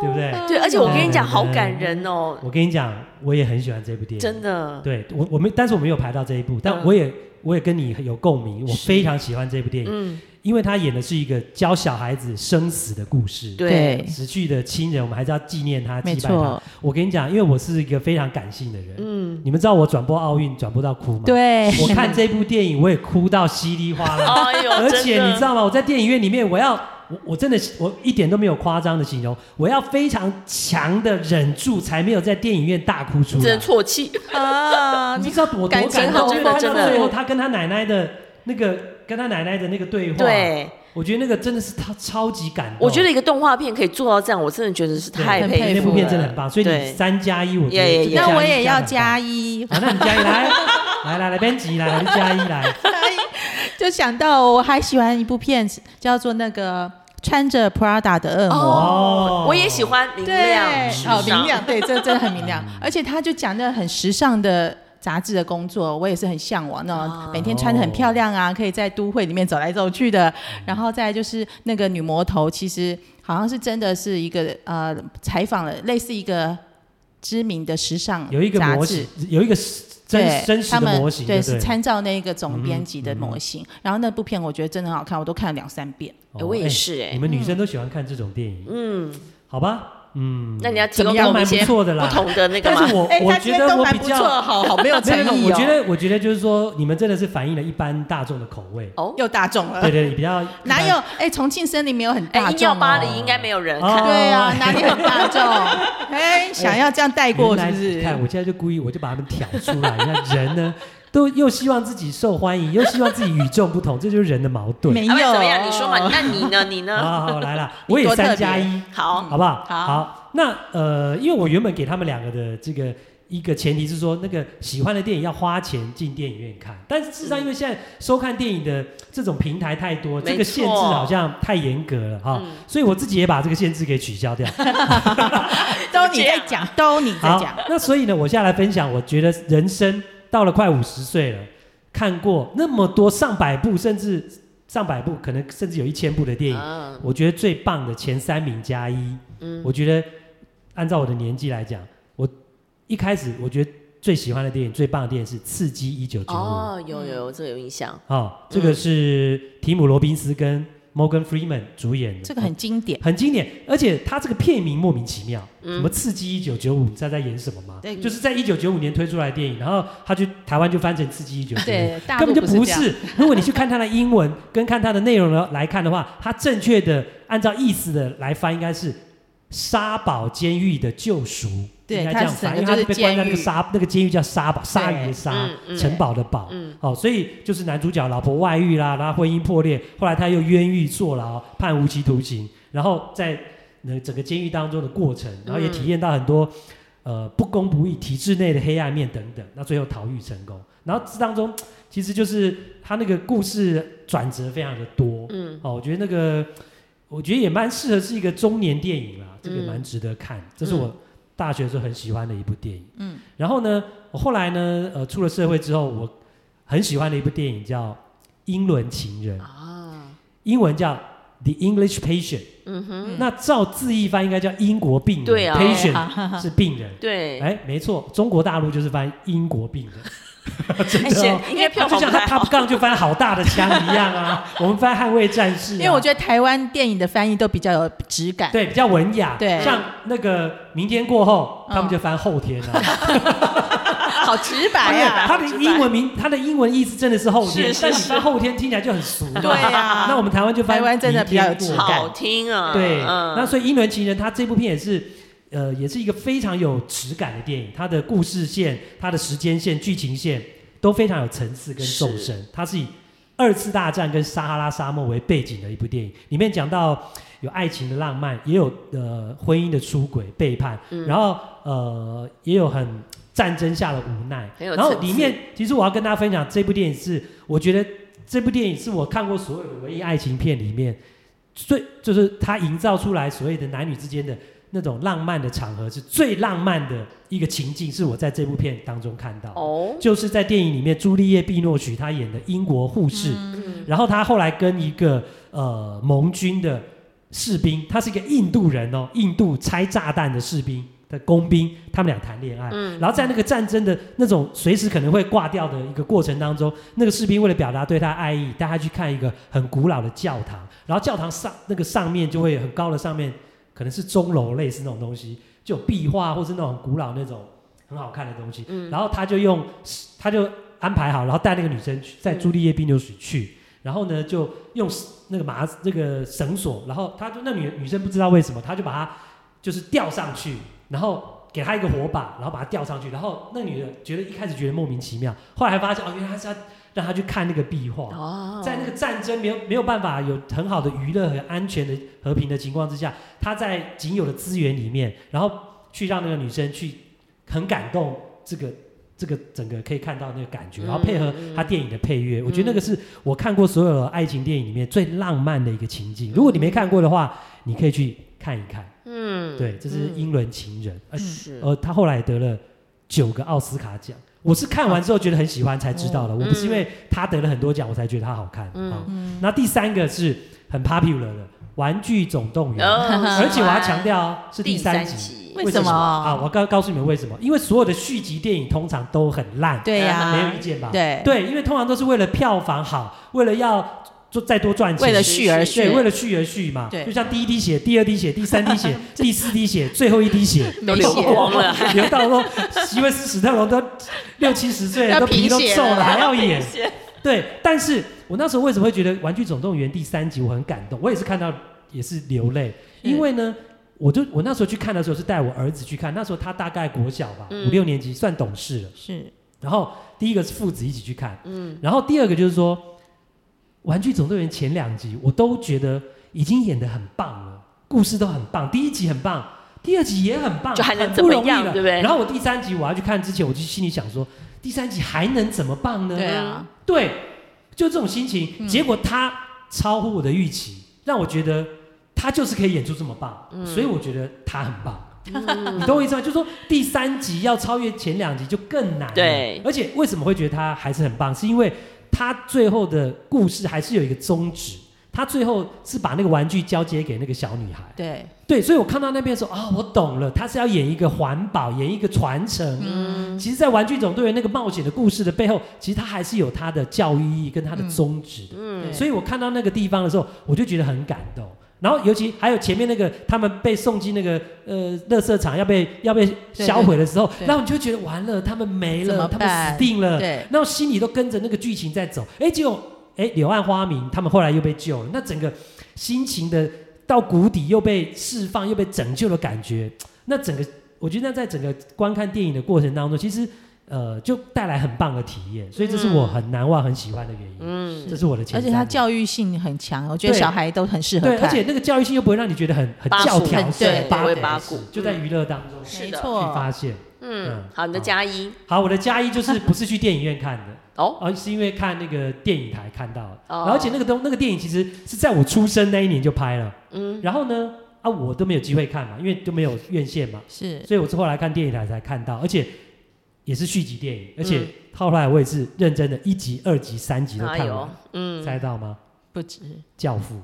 [SPEAKER 3] 对不对？
[SPEAKER 1] 对，而且我跟你讲，
[SPEAKER 3] 嗯
[SPEAKER 1] 好感人哦，
[SPEAKER 3] 我跟你讲，我也很喜欢这部电影，
[SPEAKER 1] 真的。
[SPEAKER 3] 对我我们，但是我没有排到这一部，但
[SPEAKER 1] 嗯
[SPEAKER 3] 我也、我也跟你有共鸣，我非常喜欢这部电影，
[SPEAKER 1] 嗯，
[SPEAKER 3] 因为他演的是一个教小孩子生死的故事。
[SPEAKER 1] 对，
[SPEAKER 3] 死去的亲人，我们还是要纪念他、祭
[SPEAKER 2] 没
[SPEAKER 3] 拜他
[SPEAKER 2] 错。，
[SPEAKER 3] 我跟你讲，因为我是一个非常感性的人，
[SPEAKER 1] 嗯，
[SPEAKER 3] 你们知道我转播奥运转播到哭吗？，
[SPEAKER 2] 对，
[SPEAKER 3] 我看这部电影我也哭到稀里哗啦，
[SPEAKER 1] 哎呦，
[SPEAKER 3] 而且
[SPEAKER 1] 真的
[SPEAKER 3] 你知道吗？我在电影院里面，我要我我真的我一点都没有夸张的形容，我要非常强的忍住，才没有在电影院大哭出
[SPEAKER 1] 只
[SPEAKER 3] 来
[SPEAKER 1] 能。啜泣，
[SPEAKER 2] 啊，
[SPEAKER 3] 你
[SPEAKER 2] 你
[SPEAKER 3] 知道我多
[SPEAKER 2] 感
[SPEAKER 3] 感
[SPEAKER 1] 情
[SPEAKER 3] 动，
[SPEAKER 1] 好
[SPEAKER 3] 因为看
[SPEAKER 1] 真
[SPEAKER 3] 到
[SPEAKER 1] 的
[SPEAKER 3] 最后他跟他奶奶的那个跟他奶奶的那个对话，
[SPEAKER 1] 对。
[SPEAKER 3] 我觉得那个真的是他超级感动。
[SPEAKER 1] 我觉得一个动画片可以做到这样，我真的觉得是太
[SPEAKER 2] 对很
[SPEAKER 1] 佩服
[SPEAKER 2] 佩
[SPEAKER 1] 了。
[SPEAKER 2] 服
[SPEAKER 3] 那部片真的很棒，所以你
[SPEAKER 1] 对
[SPEAKER 3] 三加一，我觉
[SPEAKER 1] 耶
[SPEAKER 3] 得
[SPEAKER 1] 耶耶
[SPEAKER 3] 这个
[SPEAKER 2] 那
[SPEAKER 3] 加一
[SPEAKER 2] 我也要
[SPEAKER 3] 加
[SPEAKER 2] 加一，
[SPEAKER 3] 好，那你加一来，来来来，编辑来，来加一来，
[SPEAKER 2] 就想到我还喜欢一部片子，叫做那个穿着 Prada 的恶魔。
[SPEAKER 3] 哦
[SPEAKER 1] 我也喜欢明
[SPEAKER 2] 对
[SPEAKER 1] 亮，时，
[SPEAKER 2] 哦，
[SPEAKER 1] 尚
[SPEAKER 2] 明亮，对，这真的很明 亮，而且他就讲的很时尚的。杂志的工作，我也是很向往那
[SPEAKER 1] 哦
[SPEAKER 2] 种每天穿的很漂亮啊，可以在都会里面走来走去的。然后再来就是那个女魔头，其实好像是真的是一个呃采访了类似一个知名的时尚
[SPEAKER 3] 有一个
[SPEAKER 2] 杂
[SPEAKER 3] 模
[SPEAKER 2] 志
[SPEAKER 3] 型，，有一个
[SPEAKER 2] 对
[SPEAKER 3] 真真实
[SPEAKER 2] 他
[SPEAKER 3] 的
[SPEAKER 2] 们
[SPEAKER 3] 模型，
[SPEAKER 2] 对，
[SPEAKER 3] 对嗯
[SPEAKER 2] 是
[SPEAKER 3] 不对，
[SPEAKER 2] 参照那个总编辑的模型。然后那部片我觉得真的很好看，我都看了两三遍。
[SPEAKER 1] 哎我也是哎
[SPEAKER 3] 哦你们女生都喜欢看这种电影，
[SPEAKER 1] 嗯，好
[SPEAKER 3] 好吧？哎嗯，
[SPEAKER 1] 那你要提
[SPEAKER 3] 怎么
[SPEAKER 1] 供给
[SPEAKER 3] 样
[SPEAKER 1] 我们
[SPEAKER 3] 蛮
[SPEAKER 1] 一
[SPEAKER 3] 不
[SPEAKER 1] 些
[SPEAKER 3] 错的
[SPEAKER 1] 不
[SPEAKER 3] 啦，
[SPEAKER 1] 同的那个
[SPEAKER 3] 但
[SPEAKER 1] 吗
[SPEAKER 3] 是？我
[SPEAKER 2] 哎，
[SPEAKER 3] 我
[SPEAKER 2] 他今
[SPEAKER 3] 觉
[SPEAKER 2] 天
[SPEAKER 3] 得
[SPEAKER 2] 都
[SPEAKER 3] 我
[SPEAKER 2] 蛮
[SPEAKER 3] 比
[SPEAKER 2] 不错，
[SPEAKER 3] 较。
[SPEAKER 2] 好 好没有诚
[SPEAKER 3] 没
[SPEAKER 2] 意
[SPEAKER 3] 有
[SPEAKER 2] 哦
[SPEAKER 3] 没。有，我觉得我觉得就是说，你们真的是反映了一般大众的口 味。
[SPEAKER 1] 哦，
[SPEAKER 2] 又大众
[SPEAKER 3] 对
[SPEAKER 2] 了，
[SPEAKER 3] 对，比较
[SPEAKER 2] 哪有？哎，重庆森林没有很
[SPEAKER 1] 哎，
[SPEAKER 2] 大
[SPEAKER 1] 硬
[SPEAKER 2] 众
[SPEAKER 1] 要巴
[SPEAKER 2] 哦。
[SPEAKER 1] 黎应该没有人
[SPEAKER 3] 哦
[SPEAKER 1] 看，
[SPEAKER 2] 对啊，哪里很大众？ 哎，想要这样带过是
[SPEAKER 3] 原
[SPEAKER 2] 不
[SPEAKER 3] 来你
[SPEAKER 2] 是？
[SPEAKER 3] 看，我现在就故意我就把他们挑出来。你看人 呢，都又希望自己受欢迎，又希望自己与众不同，这就是人的矛盾。啊
[SPEAKER 2] 没
[SPEAKER 1] 啊不然
[SPEAKER 2] 有
[SPEAKER 1] 怎么样？你说嘛，那你呢？你呢？
[SPEAKER 3] 好好来 了，
[SPEAKER 2] 你
[SPEAKER 3] 我也
[SPEAKER 2] 多特别
[SPEAKER 3] 三加一，
[SPEAKER 1] 好，
[SPEAKER 3] 好不好？
[SPEAKER 2] 嗯好
[SPEAKER 3] 那呃，因为我原本给他们两个的这个一个前提是说，那个喜欢的电影要花钱进电影院看，但是事实上，因为现在收看电影的这种平台太多，
[SPEAKER 1] 没错
[SPEAKER 3] 这个限制好像太严格了哈，
[SPEAKER 1] 嗯
[SPEAKER 3] 所以我自己也把这个限制给取消掉。
[SPEAKER 2] 都你在讲，都你在
[SPEAKER 3] 好
[SPEAKER 2] 讲。，
[SPEAKER 3] 那所以呢，我下来分享，我觉得人生到了快五十岁了，看过那么多上百部，甚至上百部，可能甚至有一千部的电影，
[SPEAKER 1] 嗯
[SPEAKER 3] 我觉得最棒的前三名加一，
[SPEAKER 1] 嗯，
[SPEAKER 3] 我觉得按照我的年纪来讲，我一开始我觉得最喜欢的电影、最棒的电影是《刺激一九九五》
[SPEAKER 1] 哦，嗯有有有，这个有印象。
[SPEAKER 3] 哦，这个是提姆·罗宾斯跟 Morgan Freeman 主演的，
[SPEAKER 2] 这个很经典，
[SPEAKER 3] 很经典，而且它这个片名莫名其妙，
[SPEAKER 1] 嗯
[SPEAKER 3] 什么刺激一九九五，你知道在演什么吗
[SPEAKER 2] 对？
[SPEAKER 3] 就是在一九九五年推出来的电影，然后它就台湾就翻成刺激一九九五。
[SPEAKER 2] 对，大
[SPEAKER 3] 根
[SPEAKER 2] 陆
[SPEAKER 3] 本就
[SPEAKER 2] 不
[SPEAKER 3] 不
[SPEAKER 2] 是这样。
[SPEAKER 3] 是。如果你去看它的英文跟看它的内容呢来看的话，它正确的按照意思的来翻，应该是沙堡监狱的救赎。
[SPEAKER 2] 对
[SPEAKER 3] 应该这样
[SPEAKER 2] 它
[SPEAKER 3] 翻，因
[SPEAKER 2] 整个
[SPEAKER 3] 为它
[SPEAKER 2] 就是
[SPEAKER 3] 被关在那
[SPEAKER 2] 监
[SPEAKER 3] 个
[SPEAKER 2] 狱
[SPEAKER 3] 沙那个监狱叫沙堡，鲨鱼的鲨
[SPEAKER 1] 嗯，嗯
[SPEAKER 3] 城堡的堡。
[SPEAKER 1] 嗯，
[SPEAKER 3] 哦，所以就是男主角老婆外遇啦，然后婚姻破裂，后来他又冤狱坐牢，判无期徒刑，然后在呃整个监狱当中的过程，然后也体验到很多呃不公不义、体制内的黑暗面等等，那最后逃狱成功。然后这当中其实就是他那个故事转折非常的多，
[SPEAKER 1] 嗯，
[SPEAKER 3] 哦，我觉得那个我觉得也蛮适合是一个中年电影啦，这个也
[SPEAKER 1] 嗯
[SPEAKER 3] 蛮值得看，这是我大学的时候很喜欢的一部电影。
[SPEAKER 2] 嗯，
[SPEAKER 3] 然后呢，我后来呢，呃，出了社会之后，我很喜欢的一部电影叫《英伦情人》，
[SPEAKER 1] 啊，
[SPEAKER 3] 英文叫《The English Patient》。
[SPEAKER 1] 嗯哼，
[SPEAKER 3] 那照字义翻应该叫英国病人，
[SPEAKER 1] 对啊
[SPEAKER 3] p a t i e n t 是病人。
[SPEAKER 1] 对，
[SPEAKER 3] 哎，没错，中国大陆就是翻英国病人，真
[SPEAKER 1] 哎
[SPEAKER 3] 的哦、
[SPEAKER 1] 显应该 票
[SPEAKER 3] 就
[SPEAKER 1] 房不
[SPEAKER 3] 像他
[SPEAKER 1] 太
[SPEAKER 3] Top
[SPEAKER 1] 好。
[SPEAKER 3] Gun 就翻好大的枪一样啊，我们翻捍卫战士、啊，
[SPEAKER 2] 因为我觉得台湾电影的翻译都比较有质感。
[SPEAKER 3] 对比较文雅，
[SPEAKER 2] 对
[SPEAKER 3] 像那个明天过后，
[SPEAKER 2] 嗯
[SPEAKER 3] 他们就翻后天 啊，
[SPEAKER 2] 好直
[SPEAKER 3] 他
[SPEAKER 2] 白
[SPEAKER 3] 的
[SPEAKER 2] 哎呀、
[SPEAKER 3] 他的英文名，他的英文意思真的是后天
[SPEAKER 1] 是，是
[SPEAKER 3] 但你
[SPEAKER 1] 是
[SPEAKER 3] 翻后天听起来就很俗 嘛，
[SPEAKER 2] 对啊
[SPEAKER 3] 那我们台湾就翻
[SPEAKER 2] 台湾真的比较有
[SPEAKER 3] 明天
[SPEAKER 2] 质
[SPEAKER 3] 过后
[SPEAKER 2] 感
[SPEAKER 1] 好听啊，
[SPEAKER 3] 对，
[SPEAKER 1] 嗯
[SPEAKER 3] 那所以《英伦情人》它这部片也是，呃，也是一个非常有质感的电影，它的故事线、它的时间线、剧情线都非常有层次跟纵深。它是以二次大战跟撒哈拉沙漠为背景的一部电影，里面讲到有爱情的浪漫，也有呃婚姻的出轨、背叛，
[SPEAKER 1] 嗯
[SPEAKER 3] 然后呃也有很战争下的无奈。
[SPEAKER 1] 很有
[SPEAKER 3] 然后
[SPEAKER 1] 层次
[SPEAKER 3] 里面其实我要跟大家分享，这部电影是我觉得这部电影是我看过所有的文艺爱情片里面最就是它营造出来所谓的男女之间的那种浪漫的场合是最浪漫的一个情境，是我在这部片当中看到的。
[SPEAKER 1] 哦，
[SPEAKER 3] 就是在电影里面，朱丽叶·碧诺许她演的英国护士，
[SPEAKER 1] 嗯
[SPEAKER 3] 然后她后来跟一个呃盟军的士兵，他是一个印度人哦，印度拆炸弹的士兵的工兵，他们俩谈恋爱。
[SPEAKER 1] 嗯
[SPEAKER 3] 然后在那个战争的那种随时可能会挂掉的一个过程当中，那个士兵为了表达对他的爱意，带他去看一个很古老的教堂，然后教堂上那个上面就会有很高的上面可能是钟楼类似那种东西，就有壁画或是那种古老那种很好看的东西，
[SPEAKER 1] 嗯
[SPEAKER 3] 然后他就用他就安排好，然后带那个女生去，在朱丽叶·宾纽许去。然后呢，就用那个麻那个绳索，然后他就那女女生不知道为什么，他就把她就是吊上去，然后给她一个火把，然后把她吊上去，然后那女的觉得一开始觉得莫名其妙，后来发现哦，原来她是要让她去看那个壁画，
[SPEAKER 1] 哦，
[SPEAKER 3] 在那个战争没有没有办法有很好的娱乐和安全的和平的情况之下，他在仅有的资源里面，然后去让那个女生去很感动这个。这个整个可以看到那个感觉，
[SPEAKER 1] 嗯
[SPEAKER 3] 然后配合他电影的配乐，我觉得那个是我看过所有的爱情电影里面最浪漫的一个情境。如果你没看过的话，你可以去看一看。
[SPEAKER 1] 嗯，
[SPEAKER 3] 对，这是《英伦情人》，而
[SPEAKER 1] 是哦
[SPEAKER 3] 呃，他后来得了九个奥斯卡奖。我是看完之后觉得很喜欢才知道的，我不是因为他得了很多奖我才觉得他好看。
[SPEAKER 1] 哦嗯
[SPEAKER 3] 啊。
[SPEAKER 2] 嗯
[SPEAKER 3] 那第三个是很 popular 的《玩具总动员》，
[SPEAKER 1] 哦
[SPEAKER 3] 而且我 要强调哦是第
[SPEAKER 1] 第
[SPEAKER 3] 三集。
[SPEAKER 1] 集
[SPEAKER 2] 为什么
[SPEAKER 3] 啊？我告告诉你们为什么？因为所有的续集电影通常都很烂，
[SPEAKER 2] 对啊呀、
[SPEAKER 3] 没有意见吧？
[SPEAKER 2] 嗯对
[SPEAKER 3] 对，因为通常都是为了票房好，为了要做再多赚钱，
[SPEAKER 2] 为了续而续
[SPEAKER 3] 对，，为了续而续嘛，
[SPEAKER 2] 对
[SPEAKER 3] 就像第一滴血、第二滴血、第三 滴血、第四滴血、最后一滴血，
[SPEAKER 1] 都
[SPEAKER 2] 没
[SPEAKER 1] 流
[SPEAKER 2] 写
[SPEAKER 1] 光了，
[SPEAKER 3] 流到说，因为是史特 龙都六七十岁了，
[SPEAKER 2] 要
[SPEAKER 3] 都皮
[SPEAKER 2] 贫
[SPEAKER 3] 都
[SPEAKER 2] 血
[SPEAKER 3] 皱了，
[SPEAKER 2] 了
[SPEAKER 3] 还要演。
[SPEAKER 1] 谢谢
[SPEAKER 3] 对，但是我那时候为什么会觉得《玩具总动员》第三集我很感动？我也是看到也是流泪，
[SPEAKER 2] 嗯
[SPEAKER 3] 因为呢，我就我那时候去看的时候是带我儿子去看，那时候他大概国小吧，
[SPEAKER 1] 嗯
[SPEAKER 3] 五六年级算懂事了。
[SPEAKER 2] 是
[SPEAKER 3] 然后第一个是父子一起去看，
[SPEAKER 1] 嗯
[SPEAKER 3] 然后第二个就是说，《玩具总动员》前两集我都觉得已经演得很棒了，故事都很棒，第一集很棒，第二集也很棒，
[SPEAKER 1] 就还能
[SPEAKER 3] 很
[SPEAKER 1] 怎么
[SPEAKER 3] 容易
[SPEAKER 1] 样
[SPEAKER 3] 了
[SPEAKER 1] 对不对
[SPEAKER 3] 然后我第三集我要去看之前，我就心里想说，第三集还能怎么棒呢？
[SPEAKER 2] 对啊，
[SPEAKER 3] 对，就这种心
[SPEAKER 1] 嗯
[SPEAKER 3] 情，结果他超乎我的预期，让我觉得他就是可以演出这么棒，
[SPEAKER 1] 嗯
[SPEAKER 3] 所以我觉得他很棒。
[SPEAKER 1] 嗯
[SPEAKER 3] 你懂我意思吗？就是说第三集要超越前两集就更难了。
[SPEAKER 1] 对
[SPEAKER 3] 而且为什么会觉得他还是很棒？是因为他最后的故事还是有一个宗旨，他最后是把那个玩具交接给那个小女孩。
[SPEAKER 2] 对，
[SPEAKER 3] 对，所以我看到那边说啊、我懂了，他是要演一个环保，演一个传承。
[SPEAKER 1] 嗯
[SPEAKER 3] 其实，在《玩具总动员》那个冒险的故事的背后，其实它还是有它的教育意义跟它的宗旨的。
[SPEAKER 1] 嗯
[SPEAKER 2] 对
[SPEAKER 3] 所以我看到那个地方的时候，我就觉得很感动。然后，尤其还有前面那个他们被送进那个呃垃圾场要被要被销毁的时候，
[SPEAKER 2] 对
[SPEAKER 3] 然后你就觉得完了，他们没
[SPEAKER 2] 怎
[SPEAKER 3] 了，
[SPEAKER 2] 么
[SPEAKER 3] 他
[SPEAKER 2] 办
[SPEAKER 3] 们死定了。
[SPEAKER 2] 对
[SPEAKER 3] 然后心里都跟着那个剧情在走。哎，结果哎柳暗花明，他们后来又被救了，那整个心情的到谷底又被释放又被拯救的感觉，那整个我觉得那在整个观看电影的过程当中，其实。呃，就带来很棒的体验，所以这是我很难忘、很喜欢的原因。
[SPEAKER 1] 嗯，
[SPEAKER 3] 这是我的前
[SPEAKER 2] 而
[SPEAKER 3] 三
[SPEAKER 2] 且
[SPEAKER 3] 名，
[SPEAKER 2] 它教育性很强，我觉得
[SPEAKER 3] 对
[SPEAKER 2] 小孩都很适合
[SPEAKER 3] 对，
[SPEAKER 2] 看。
[SPEAKER 3] 而且那个教育性又不会让你觉得很很
[SPEAKER 1] 八股
[SPEAKER 3] 教条
[SPEAKER 2] 很
[SPEAKER 3] 式，
[SPEAKER 2] 对
[SPEAKER 1] 不会
[SPEAKER 3] 股
[SPEAKER 1] 八股嗯
[SPEAKER 3] 式就在娱乐当中去
[SPEAKER 1] 是
[SPEAKER 2] 没
[SPEAKER 1] 的
[SPEAKER 2] 错，
[SPEAKER 3] 发现。
[SPEAKER 1] 嗯
[SPEAKER 3] 嗯，
[SPEAKER 1] 好，你的加一
[SPEAKER 3] 好，我的加一就是不是去电影院看的，
[SPEAKER 1] 哦，
[SPEAKER 3] 而是因为看那个电影台看到的，
[SPEAKER 1] 哦
[SPEAKER 3] 而且那个东那个电影其实是在我出生那一年就拍了，
[SPEAKER 1] 嗯，
[SPEAKER 3] 然后呢，啊，我都没有机会看嘛，因为都没有院线嘛，
[SPEAKER 1] 嗯
[SPEAKER 2] 是
[SPEAKER 3] 所以我是后来看电影台才看到，而且也是续集电影，而且
[SPEAKER 1] 嗯
[SPEAKER 3] 后来我也是认真的一集、二集、三集都
[SPEAKER 1] 哎
[SPEAKER 3] 看
[SPEAKER 1] 呦
[SPEAKER 3] 完，，
[SPEAKER 1] 嗯，
[SPEAKER 3] 猜到吗？
[SPEAKER 2] 不止
[SPEAKER 3] 教父、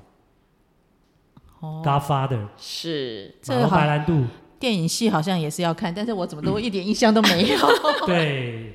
[SPEAKER 2] 哦。
[SPEAKER 3] Godfather、
[SPEAKER 1] 是
[SPEAKER 2] 这
[SPEAKER 3] 马龙
[SPEAKER 2] 好
[SPEAKER 3] 白兰度，
[SPEAKER 2] 电影戏好像也是要看，但是我怎么都一点印象都没有。
[SPEAKER 3] 对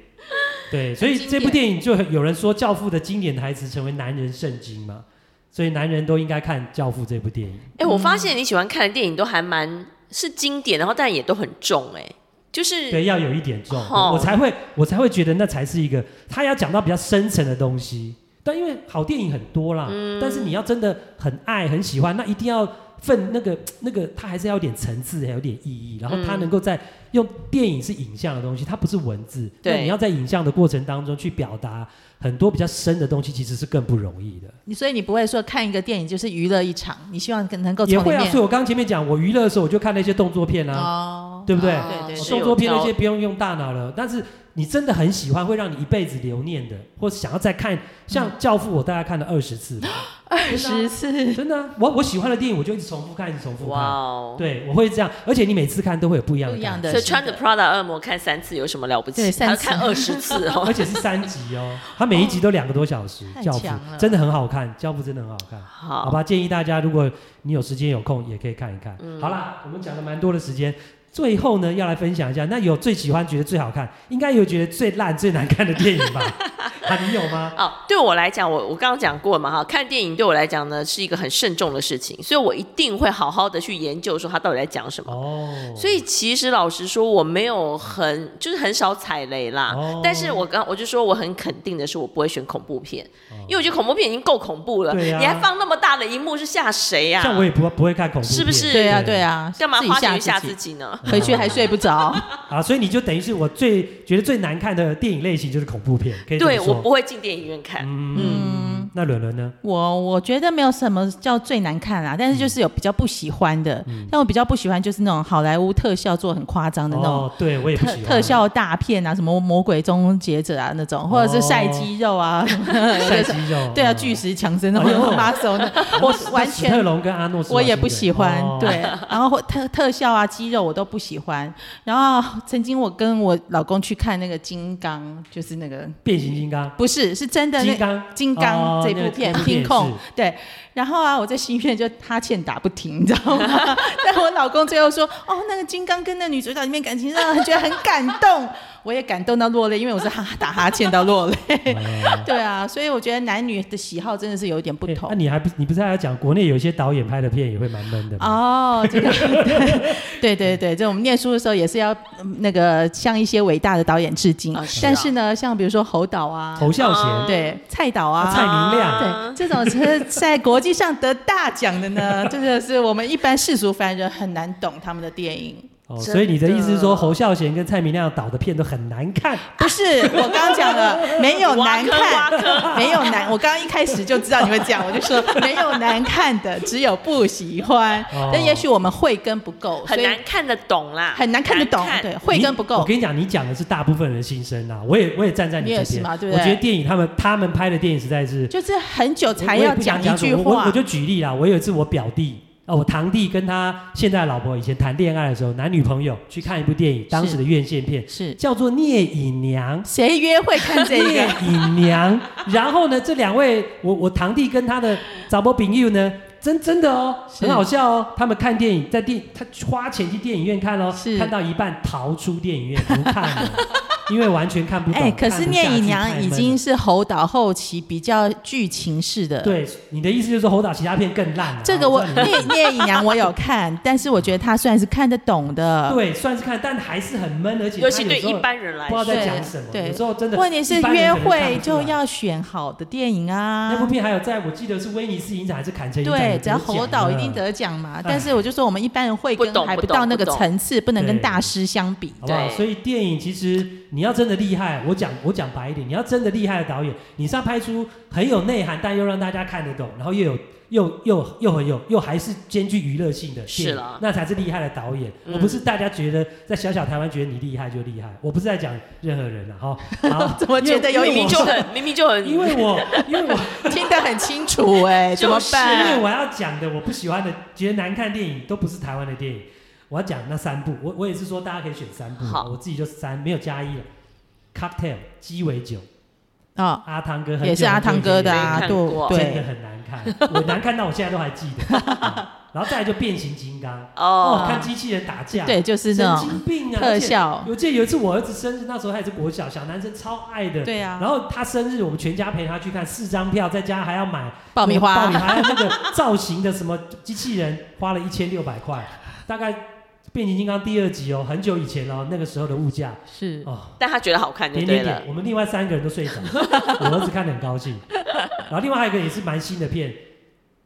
[SPEAKER 3] 对，所以
[SPEAKER 2] 经
[SPEAKER 3] 这部
[SPEAKER 2] 典
[SPEAKER 3] 电影就很有人说《教父》的经典台词成为男人圣经嘛，所以男人都应该看《教父》这部电影。
[SPEAKER 1] 哎、我发现你喜欢看的电影都还蛮是经典，然后但也都很重、哎，就是
[SPEAKER 3] 对，要有一点重，
[SPEAKER 1] 哦
[SPEAKER 3] 我才会我才会觉得那才是一个他要讲到比较深层的东西。但因为好电影很多啦，
[SPEAKER 1] 嗯
[SPEAKER 3] 但是你要真的很爱很喜欢，那一定要分那个那个，它还是要有点层次，还有点意义。然后它
[SPEAKER 1] 嗯
[SPEAKER 3] 能够在用电影是影像的东西，它不是文字，
[SPEAKER 1] 对
[SPEAKER 3] 那你要在影像的过程当中去表达很多比较深的东西，其实是更不容易的。
[SPEAKER 2] 你所以你不会说看一个电影就是娱乐一场，你希望能够
[SPEAKER 3] 也
[SPEAKER 2] 从里
[SPEAKER 3] 会啊，
[SPEAKER 2] 面
[SPEAKER 3] 所以我刚刚前面讲，我娱乐的时候我就看那些动作片啊，
[SPEAKER 2] 哦
[SPEAKER 3] 对不对？
[SPEAKER 1] 哦
[SPEAKER 2] 对对
[SPEAKER 3] 我
[SPEAKER 1] 是
[SPEAKER 3] 动
[SPEAKER 1] 有
[SPEAKER 3] 作片那
[SPEAKER 1] 挑
[SPEAKER 3] 些不用用大脑了，但是你真的很喜欢，会让你一辈子留念的，或是想要再看。
[SPEAKER 2] 嗯
[SPEAKER 3] 像《教父》，我大概看了二十次吧，
[SPEAKER 2] 二十次
[SPEAKER 3] 真的啊、我我喜欢的电影，我就一直重复看，一直重复
[SPEAKER 1] 哇
[SPEAKER 3] 看。
[SPEAKER 1] 哦，
[SPEAKER 3] 对，我会这样，而且你每次看都会有不一样的
[SPEAKER 2] 不一样
[SPEAKER 3] 感
[SPEAKER 2] 的
[SPEAKER 1] 所
[SPEAKER 3] 觉，
[SPEAKER 1] 以穿着 Prada 恶魔看三次有什么了不起
[SPEAKER 2] 对？
[SPEAKER 1] 还要
[SPEAKER 2] 三次
[SPEAKER 1] 看二十次哦
[SPEAKER 3] 而，且是三集哦，它每一集都两个多小时，
[SPEAKER 2] 太
[SPEAKER 3] 教父
[SPEAKER 2] 强》了
[SPEAKER 3] 真的很好看，《教父》真的很好看。
[SPEAKER 2] 啊
[SPEAKER 3] 好
[SPEAKER 1] 好，
[SPEAKER 3] 吧，建议大家，如果你有时间有空，也可以看一看。
[SPEAKER 2] 嗯
[SPEAKER 3] 好啦，我们讲了蛮多的时间，最后呢，要来分享一下，那有最喜欢、觉得最好看，应该有觉得最烂、最难看的 电影吧？啊，你有吗？
[SPEAKER 1] 哦，对我来讲，我我刚刚讲过嘛哈，看电影对我来讲呢是一个很慎重的事情，所以我一定会好好的去研究说他到底在讲什么。
[SPEAKER 3] 哦，
[SPEAKER 1] 所以其实老实说，我没有很就是很少踩雷啦。
[SPEAKER 3] 哦
[SPEAKER 1] 但是我刚我就说我很肯定的是，我不会选恐怖片，
[SPEAKER 3] 哦
[SPEAKER 1] 因为我觉得恐怖片已经够恐怖了，
[SPEAKER 3] 对呀
[SPEAKER 1] 你还放那么大的荧幕是吓谁呀、
[SPEAKER 2] 啊
[SPEAKER 3] 像我也不不会看恐怖片，
[SPEAKER 1] 是不是
[SPEAKER 2] 对啊对啊，
[SPEAKER 1] 干嘛
[SPEAKER 2] 自己
[SPEAKER 1] 花钱去吓
[SPEAKER 2] 自
[SPEAKER 1] 自
[SPEAKER 2] 己？
[SPEAKER 1] 己呢？
[SPEAKER 2] 回去还睡不着，
[SPEAKER 3] 啊，所以你就等于是我最觉得最难看的电影类型就是恐怖片，可以这
[SPEAKER 1] 对
[SPEAKER 3] 哎么
[SPEAKER 1] 我
[SPEAKER 3] 说。
[SPEAKER 1] 不会进电影院看，
[SPEAKER 3] 嗯，那伦伦呢？
[SPEAKER 2] 我我觉得没有什么叫最难看啦，但是就是有比较不喜欢的，
[SPEAKER 3] 嗯
[SPEAKER 2] 但我比较不喜欢就是那种好莱坞特效做很夸张的那种。
[SPEAKER 3] 哦，对我也不
[SPEAKER 2] 特
[SPEAKER 3] 喜欢
[SPEAKER 2] 特效大片啊，什么魔鬼终结者啊那种，或者是
[SPEAKER 3] 哦
[SPEAKER 2] 晒肌肉啊，
[SPEAKER 3] 晒肌 肉，
[SPEAKER 2] 对啊，
[SPEAKER 3] 嗯
[SPEAKER 2] 巨石强森那
[SPEAKER 3] 哎呦
[SPEAKER 2] 种 muscle，那 我完
[SPEAKER 3] 史特
[SPEAKER 2] 全
[SPEAKER 3] 龙跟阿诺斯瓦
[SPEAKER 2] 我也
[SPEAKER 3] 辛格
[SPEAKER 2] 不喜欢
[SPEAKER 3] 哦，
[SPEAKER 2] 对，然后或特特效啊肌肉我都不喜欢。然后曾经我跟我老公去看那个金刚，就是那个
[SPEAKER 3] 变形金刚，
[SPEAKER 2] 不是是真的那
[SPEAKER 3] 金刚
[SPEAKER 2] 金
[SPEAKER 3] 哦
[SPEAKER 2] 刚这
[SPEAKER 3] 那
[SPEAKER 2] 部
[SPEAKER 3] 个
[SPEAKER 2] 片
[SPEAKER 3] 那
[SPEAKER 2] 《
[SPEAKER 3] 部片
[SPEAKER 2] 拼控
[SPEAKER 3] 是》
[SPEAKER 2] 对，然后啊，我在新片就哈欠打不停，你知道 吗？但我老公最后说，哦，那个金刚跟那女主角里面感情让人觉得很感动，我也感动到落泪，因为我是哈打哈欠到落 泪。
[SPEAKER 3] 哦
[SPEAKER 2] 对啊，所以我觉得男女的喜好真的是有一点不
[SPEAKER 3] 欸
[SPEAKER 2] 同
[SPEAKER 3] 那、。你还不你不是还要讲国内有一些导演拍的片也会蛮闷的吗？
[SPEAKER 2] 哦，这个对对对，就我们念书的时候也是要嗯那个向一些伟大的导演致敬，
[SPEAKER 1] 啊是啊
[SPEAKER 2] 但是呢，像比如说侯导啊，
[SPEAKER 3] 侯孝贤、
[SPEAKER 1] 嗯
[SPEAKER 2] 对蔡导啊，
[SPEAKER 3] 蔡明亮
[SPEAKER 1] 啊
[SPEAKER 2] 对，这种是在国际上得大奖的呢，真的是我们一般世俗凡人很难懂他们的电影。
[SPEAKER 3] 哦，
[SPEAKER 1] 真的
[SPEAKER 3] 所以你的意思是说侯孝贤跟蔡明亮导的片都很难看？
[SPEAKER 2] 不是，我刚刚讲了，没有难
[SPEAKER 1] 挖坑挖
[SPEAKER 2] 看，没有难。我刚刚一开始就知道你会讲，我就说没有难看的，只有不喜欢
[SPEAKER 3] 哦。
[SPEAKER 2] 但也许我们慧根不够，所
[SPEAKER 1] 很
[SPEAKER 2] 以
[SPEAKER 1] 难看得懂啦，
[SPEAKER 2] 很难看得懂，对，慧根不
[SPEAKER 3] 你
[SPEAKER 2] 够
[SPEAKER 3] 我。跟你讲，你讲的是大部分人的心声啦，啊我也我也站在你
[SPEAKER 2] 你也
[SPEAKER 3] 这
[SPEAKER 2] 是
[SPEAKER 3] 边
[SPEAKER 2] 嘛对不
[SPEAKER 3] 我觉
[SPEAKER 2] 对
[SPEAKER 3] 得电影他们他们拍的电影实在是
[SPEAKER 2] 就是很久才
[SPEAKER 3] 我我也
[SPEAKER 2] 要
[SPEAKER 3] 不想
[SPEAKER 2] 一
[SPEAKER 3] 讲
[SPEAKER 2] 句
[SPEAKER 3] 什么我
[SPEAKER 2] 话
[SPEAKER 3] 我，就举例啦，我有一次我表弟。哦，我堂弟跟他现在的老婆以前谈恋爱的时候，男女朋友去看一部电影，当时的院线片
[SPEAKER 2] 是
[SPEAKER 3] 叫做《聂隐娘》，
[SPEAKER 2] 谁约会看这
[SPEAKER 3] 聂
[SPEAKER 2] 个？
[SPEAKER 3] 隐娘。然后呢，这两位我我堂弟跟他的早伯丙友呢，真真的哦，
[SPEAKER 2] 是
[SPEAKER 3] 很好笑哦。他们看电影在电，他花钱去电影院看哦
[SPEAKER 2] 是，
[SPEAKER 3] 看到一半逃出电影院不看了， 因为完全 看不懂。
[SPEAKER 2] 哎、可是
[SPEAKER 3] 看不
[SPEAKER 2] 聂
[SPEAKER 3] 下去
[SPEAKER 2] 隐
[SPEAKER 3] 太
[SPEAKER 2] 娘
[SPEAKER 3] 闷
[SPEAKER 2] 已
[SPEAKER 3] 了
[SPEAKER 2] 经是侯导后期比较剧情式的。，
[SPEAKER 3] 对啊你的意思就是说侯导其他片更烂了。
[SPEAKER 2] 这个我
[SPEAKER 3] 知道你
[SPEAKER 2] 聂 聂 隐娘我有看，但是我觉得他算是看得懂的。
[SPEAKER 3] 对算是看，但还是很闷，而且
[SPEAKER 1] 尤其
[SPEAKER 3] 他
[SPEAKER 1] 对
[SPEAKER 3] 有时候
[SPEAKER 1] 一般人来
[SPEAKER 3] 不知道
[SPEAKER 1] 说，
[SPEAKER 3] 在讲什么，
[SPEAKER 2] 对
[SPEAKER 3] 有时候真的
[SPEAKER 2] 问题是
[SPEAKER 3] 一般人
[SPEAKER 2] 约
[SPEAKER 3] 可能看
[SPEAKER 2] 会
[SPEAKER 3] 不出
[SPEAKER 2] 就
[SPEAKER 3] 来。
[SPEAKER 2] 要选好的电影
[SPEAKER 3] 那部
[SPEAKER 2] 啊。
[SPEAKER 3] 片还有在我记得是威尼斯影展还是坎城影展
[SPEAKER 2] 对，
[SPEAKER 3] 有得啊哎
[SPEAKER 2] 只要侯导一
[SPEAKER 3] 奖
[SPEAKER 2] 定
[SPEAKER 3] 的
[SPEAKER 2] 得奖嘛。但是我就说我们一般人慧
[SPEAKER 1] 不
[SPEAKER 2] 根
[SPEAKER 1] 懂
[SPEAKER 2] 还
[SPEAKER 1] 不
[SPEAKER 2] 不到
[SPEAKER 1] 懂
[SPEAKER 2] 那
[SPEAKER 1] 不
[SPEAKER 2] 个
[SPEAKER 1] 懂
[SPEAKER 2] 层次，不能跟
[SPEAKER 3] 对
[SPEAKER 2] 大师相比。
[SPEAKER 3] 好不好？
[SPEAKER 1] 对
[SPEAKER 3] 所以电影其实你要真的厉害，我讲我讲白一点，你要真的厉害的导演，你是要拍出很有内涵，但又让大家看得懂，然后又有又又又很有又还是兼具娱乐性 的电
[SPEAKER 1] 是
[SPEAKER 3] 影
[SPEAKER 1] 啦
[SPEAKER 3] 那才是厉害的导演，
[SPEAKER 1] 嗯
[SPEAKER 3] 而不是大家觉得在小小台湾觉得你厉害就厉害。我不是在讲任何人了哈，好
[SPEAKER 2] 怎么觉得有
[SPEAKER 3] 因为
[SPEAKER 1] 明
[SPEAKER 2] 一
[SPEAKER 1] 明就很明明就很
[SPEAKER 3] 因为我因为我
[SPEAKER 2] 听得很清楚哎、
[SPEAKER 1] 就
[SPEAKER 2] 怎么
[SPEAKER 1] 是
[SPEAKER 3] 因为
[SPEAKER 2] 办？
[SPEAKER 3] 我要讲的我不喜欢的，觉得难看的电影都不是台湾的电影。我要讲那三部，我我也是说大家可以选三部，
[SPEAKER 1] 好
[SPEAKER 3] 我自己就三，没有加一了。Cocktail 鸡尾酒，
[SPEAKER 2] 哦，
[SPEAKER 3] 阿汤哥很久
[SPEAKER 2] 也是阿汤哥的
[SPEAKER 1] 没
[SPEAKER 2] 啊，
[SPEAKER 1] 看过
[SPEAKER 2] 对
[SPEAKER 3] 真的
[SPEAKER 2] 对，
[SPEAKER 3] 很难看，我难看到我现在都还记 得。啊然后再来就变形金刚，
[SPEAKER 1] 哦
[SPEAKER 3] 哦，看，机器人打架，
[SPEAKER 2] 对，就是那
[SPEAKER 3] 神
[SPEAKER 2] 种
[SPEAKER 3] 经病啊，
[SPEAKER 2] 特
[SPEAKER 3] 而且
[SPEAKER 2] 效，
[SPEAKER 3] 我记得有一次我儿子生日，那时候他也是国小小男生，超爱的。
[SPEAKER 2] 对啊，
[SPEAKER 3] 然后他生日，我们全家陪他去看，四张票，再加上还要买
[SPEAKER 2] 爆米
[SPEAKER 3] 爆米
[SPEAKER 2] 花，
[SPEAKER 3] 花那个造型的什么机器人，花了一千六百块，大概变形金刚第二集哦，很久以前哦，那个时候的物价
[SPEAKER 2] 是
[SPEAKER 3] 哦，
[SPEAKER 1] 但他觉得好看就
[SPEAKER 3] 点
[SPEAKER 1] 对
[SPEAKER 3] 点
[SPEAKER 1] 了
[SPEAKER 3] 点，。我们另外三个人都睡着， 我儿子看得很高兴。然后另外还有一个也是蛮新的片，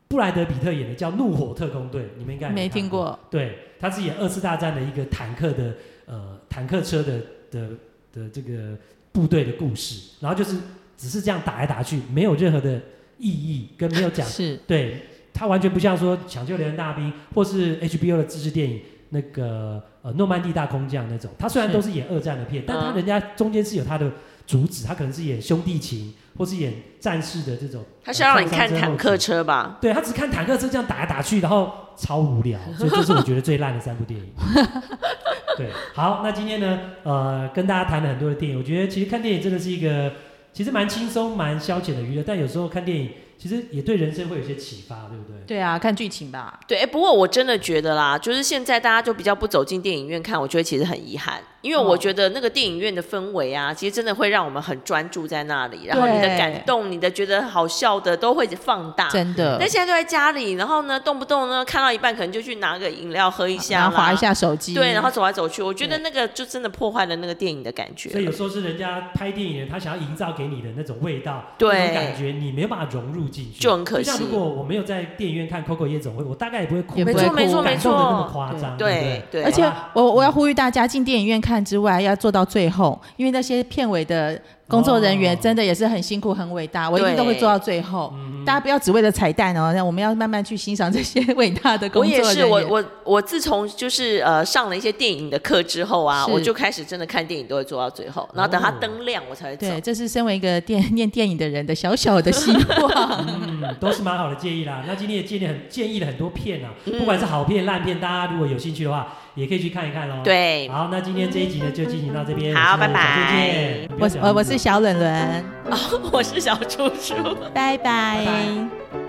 [SPEAKER 3] 布莱德比特演的叫《怒火特工队》，你们应该也
[SPEAKER 2] 没
[SPEAKER 3] 看
[SPEAKER 2] 听。过，
[SPEAKER 3] 对，他是演二次大战的一个坦克的呃坦克车的的的这个部队的故事，然后就是只是这样打来打去，没有任何的意义，跟没有讲
[SPEAKER 2] 是
[SPEAKER 3] 对，它完全不像说《抢救连人大兵》或是 HBO 的自制电影那个呃《诺曼底大空降》那种。它虽然
[SPEAKER 2] 是
[SPEAKER 3] 都是演二战的片，但它
[SPEAKER 1] 嗯
[SPEAKER 3] 人家中间是有它的主旨，它可能是演兄弟情，或是演战士的这种。
[SPEAKER 1] 他是要让你
[SPEAKER 3] 呃
[SPEAKER 1] 看坦克。
[SPEAKER 3] 创伤症候群
[SPEAKER 1] 车吧？
[SPEAKER 3] 对他只看坦克车这样打来打去，然后超无聊，所以这是我觉得最烂的三部电影。对，好，那今天呢，呃，跟大家谈了很多的电影，我觉得其实看电影真的是一个其实蛮轻松、蛮消遣的娱乐，但有时候看电影其实也对人生会有一些启发，对不对？
[SPEAKER 2] 对啊，看剧情吧，
[SPEAKER 1] 对，哎，不过我真的觉得啦，就是现在大家就比较不走进电影院看，我觉得其实很遗憾，因为我
[SPEAKER 2] 哦
[SPEAKER 1] 觉得那个电影院的氛围啊，其实真的会让我们很专注在那里，然后你的
[SPEAKER 2] 对
[SPEAKER 1] 感动、你的觉得好笑的都会放大。
[SPEAKER 2] 啊真的
[SPEAKER 1] 但，现在都在家里，然后呢，动不动呢看到一半可能就去拿个饮料喝一下
[SPEAKER 2] 然
[SPEAKER 1] 啦，
[SPEAKER 2] 后划一下手机，
[SPEAKER 1] 对，然后走来走去，我觉得那个就真的破坏了那个电影的感觉
[SPEAKER 3] 所以有
[SPEAKER 1] 了。
[SPEAKER 3] 时候是人家拍电影人他想要营造给你的那种味道，
[SPEAKER 1] 对
[SPEAKER 3] 那种感觉你没有办法融入进去，
[SPEAKER 1] 就很可惜
[SPEAKER 3] 像如果我没有在电影院看《Coco 夜总会》，我大概也不会哭，
[SPEAKER 2] 也不
[SPEAKER 1] 没
[SPEAKER 2] 会
[SPEAKER 1] 错，
[SPEAKER 2] 哭
[SPEAKER 1] 没错，没
[SPEAKER 3] 感动的那么
[SPEAKER 1] 错。
[SPEAKER 3] 夸张，对不啊
[SPEAKER 1] 对对，
[SPEAKER 2] 而且
[SPEAKER 3] 好吧
[SPEAKER 2] 我我要呼吁大家进电影院看之外，要做到最后，因为那些片尾的工作人员
[SPEAKER 3] 哦嗯
[SPEAKER 2] 真的也是很辛苦、很伟大，我一定
[SPEAKER 1] 对
[SPEAKER 2] 都会做到最后。大家不要只为了彩蛋哦，那我们要慢慢去欣赏这些 伟大的工
[SPEAKER 1] 我
[SPEAKER 2] 作人
[SPEAKER 1] 也
[SPEAKER 2] 员。
[SPEAKER 1] 是，我我我自从就是呃上了一些电影的课之后啊，
[SPEAKER 2] 是哦
[SPEAKER 1] 我就开始真的看电影都会做到最后，然后等它灯亮我才会走。
[SPEAKER 2] 对，这是身为一个电念电影的人的小小的 希望。
[SPEAKER 3] 嗯，都是蛮好的建 议啦。那今天也建议很建议了很多片啊，
[SPEAKER 1] 嗯
[SPEAKER 3] 不管是好片烂片，大家如果有兴趣的话，也可以去看一看哦。，
[SPEAKER 1] 对，
[SPEAKER 2] 啊
[SPEAKER 3] 好，那今天这一集呢就进行到这边，
[SPEAKER 1] 好
[SPEAKER 3] 我是
[SPEAKER 1] 拜拜
[SPEAKER 3] 小健健
[SPEAKER 2] 我是我我是小冷伦，
[SPEAKER 1] 我是小猪猪。
[SPEAKER 2] 拜拜
[SPEAKER 3] 拜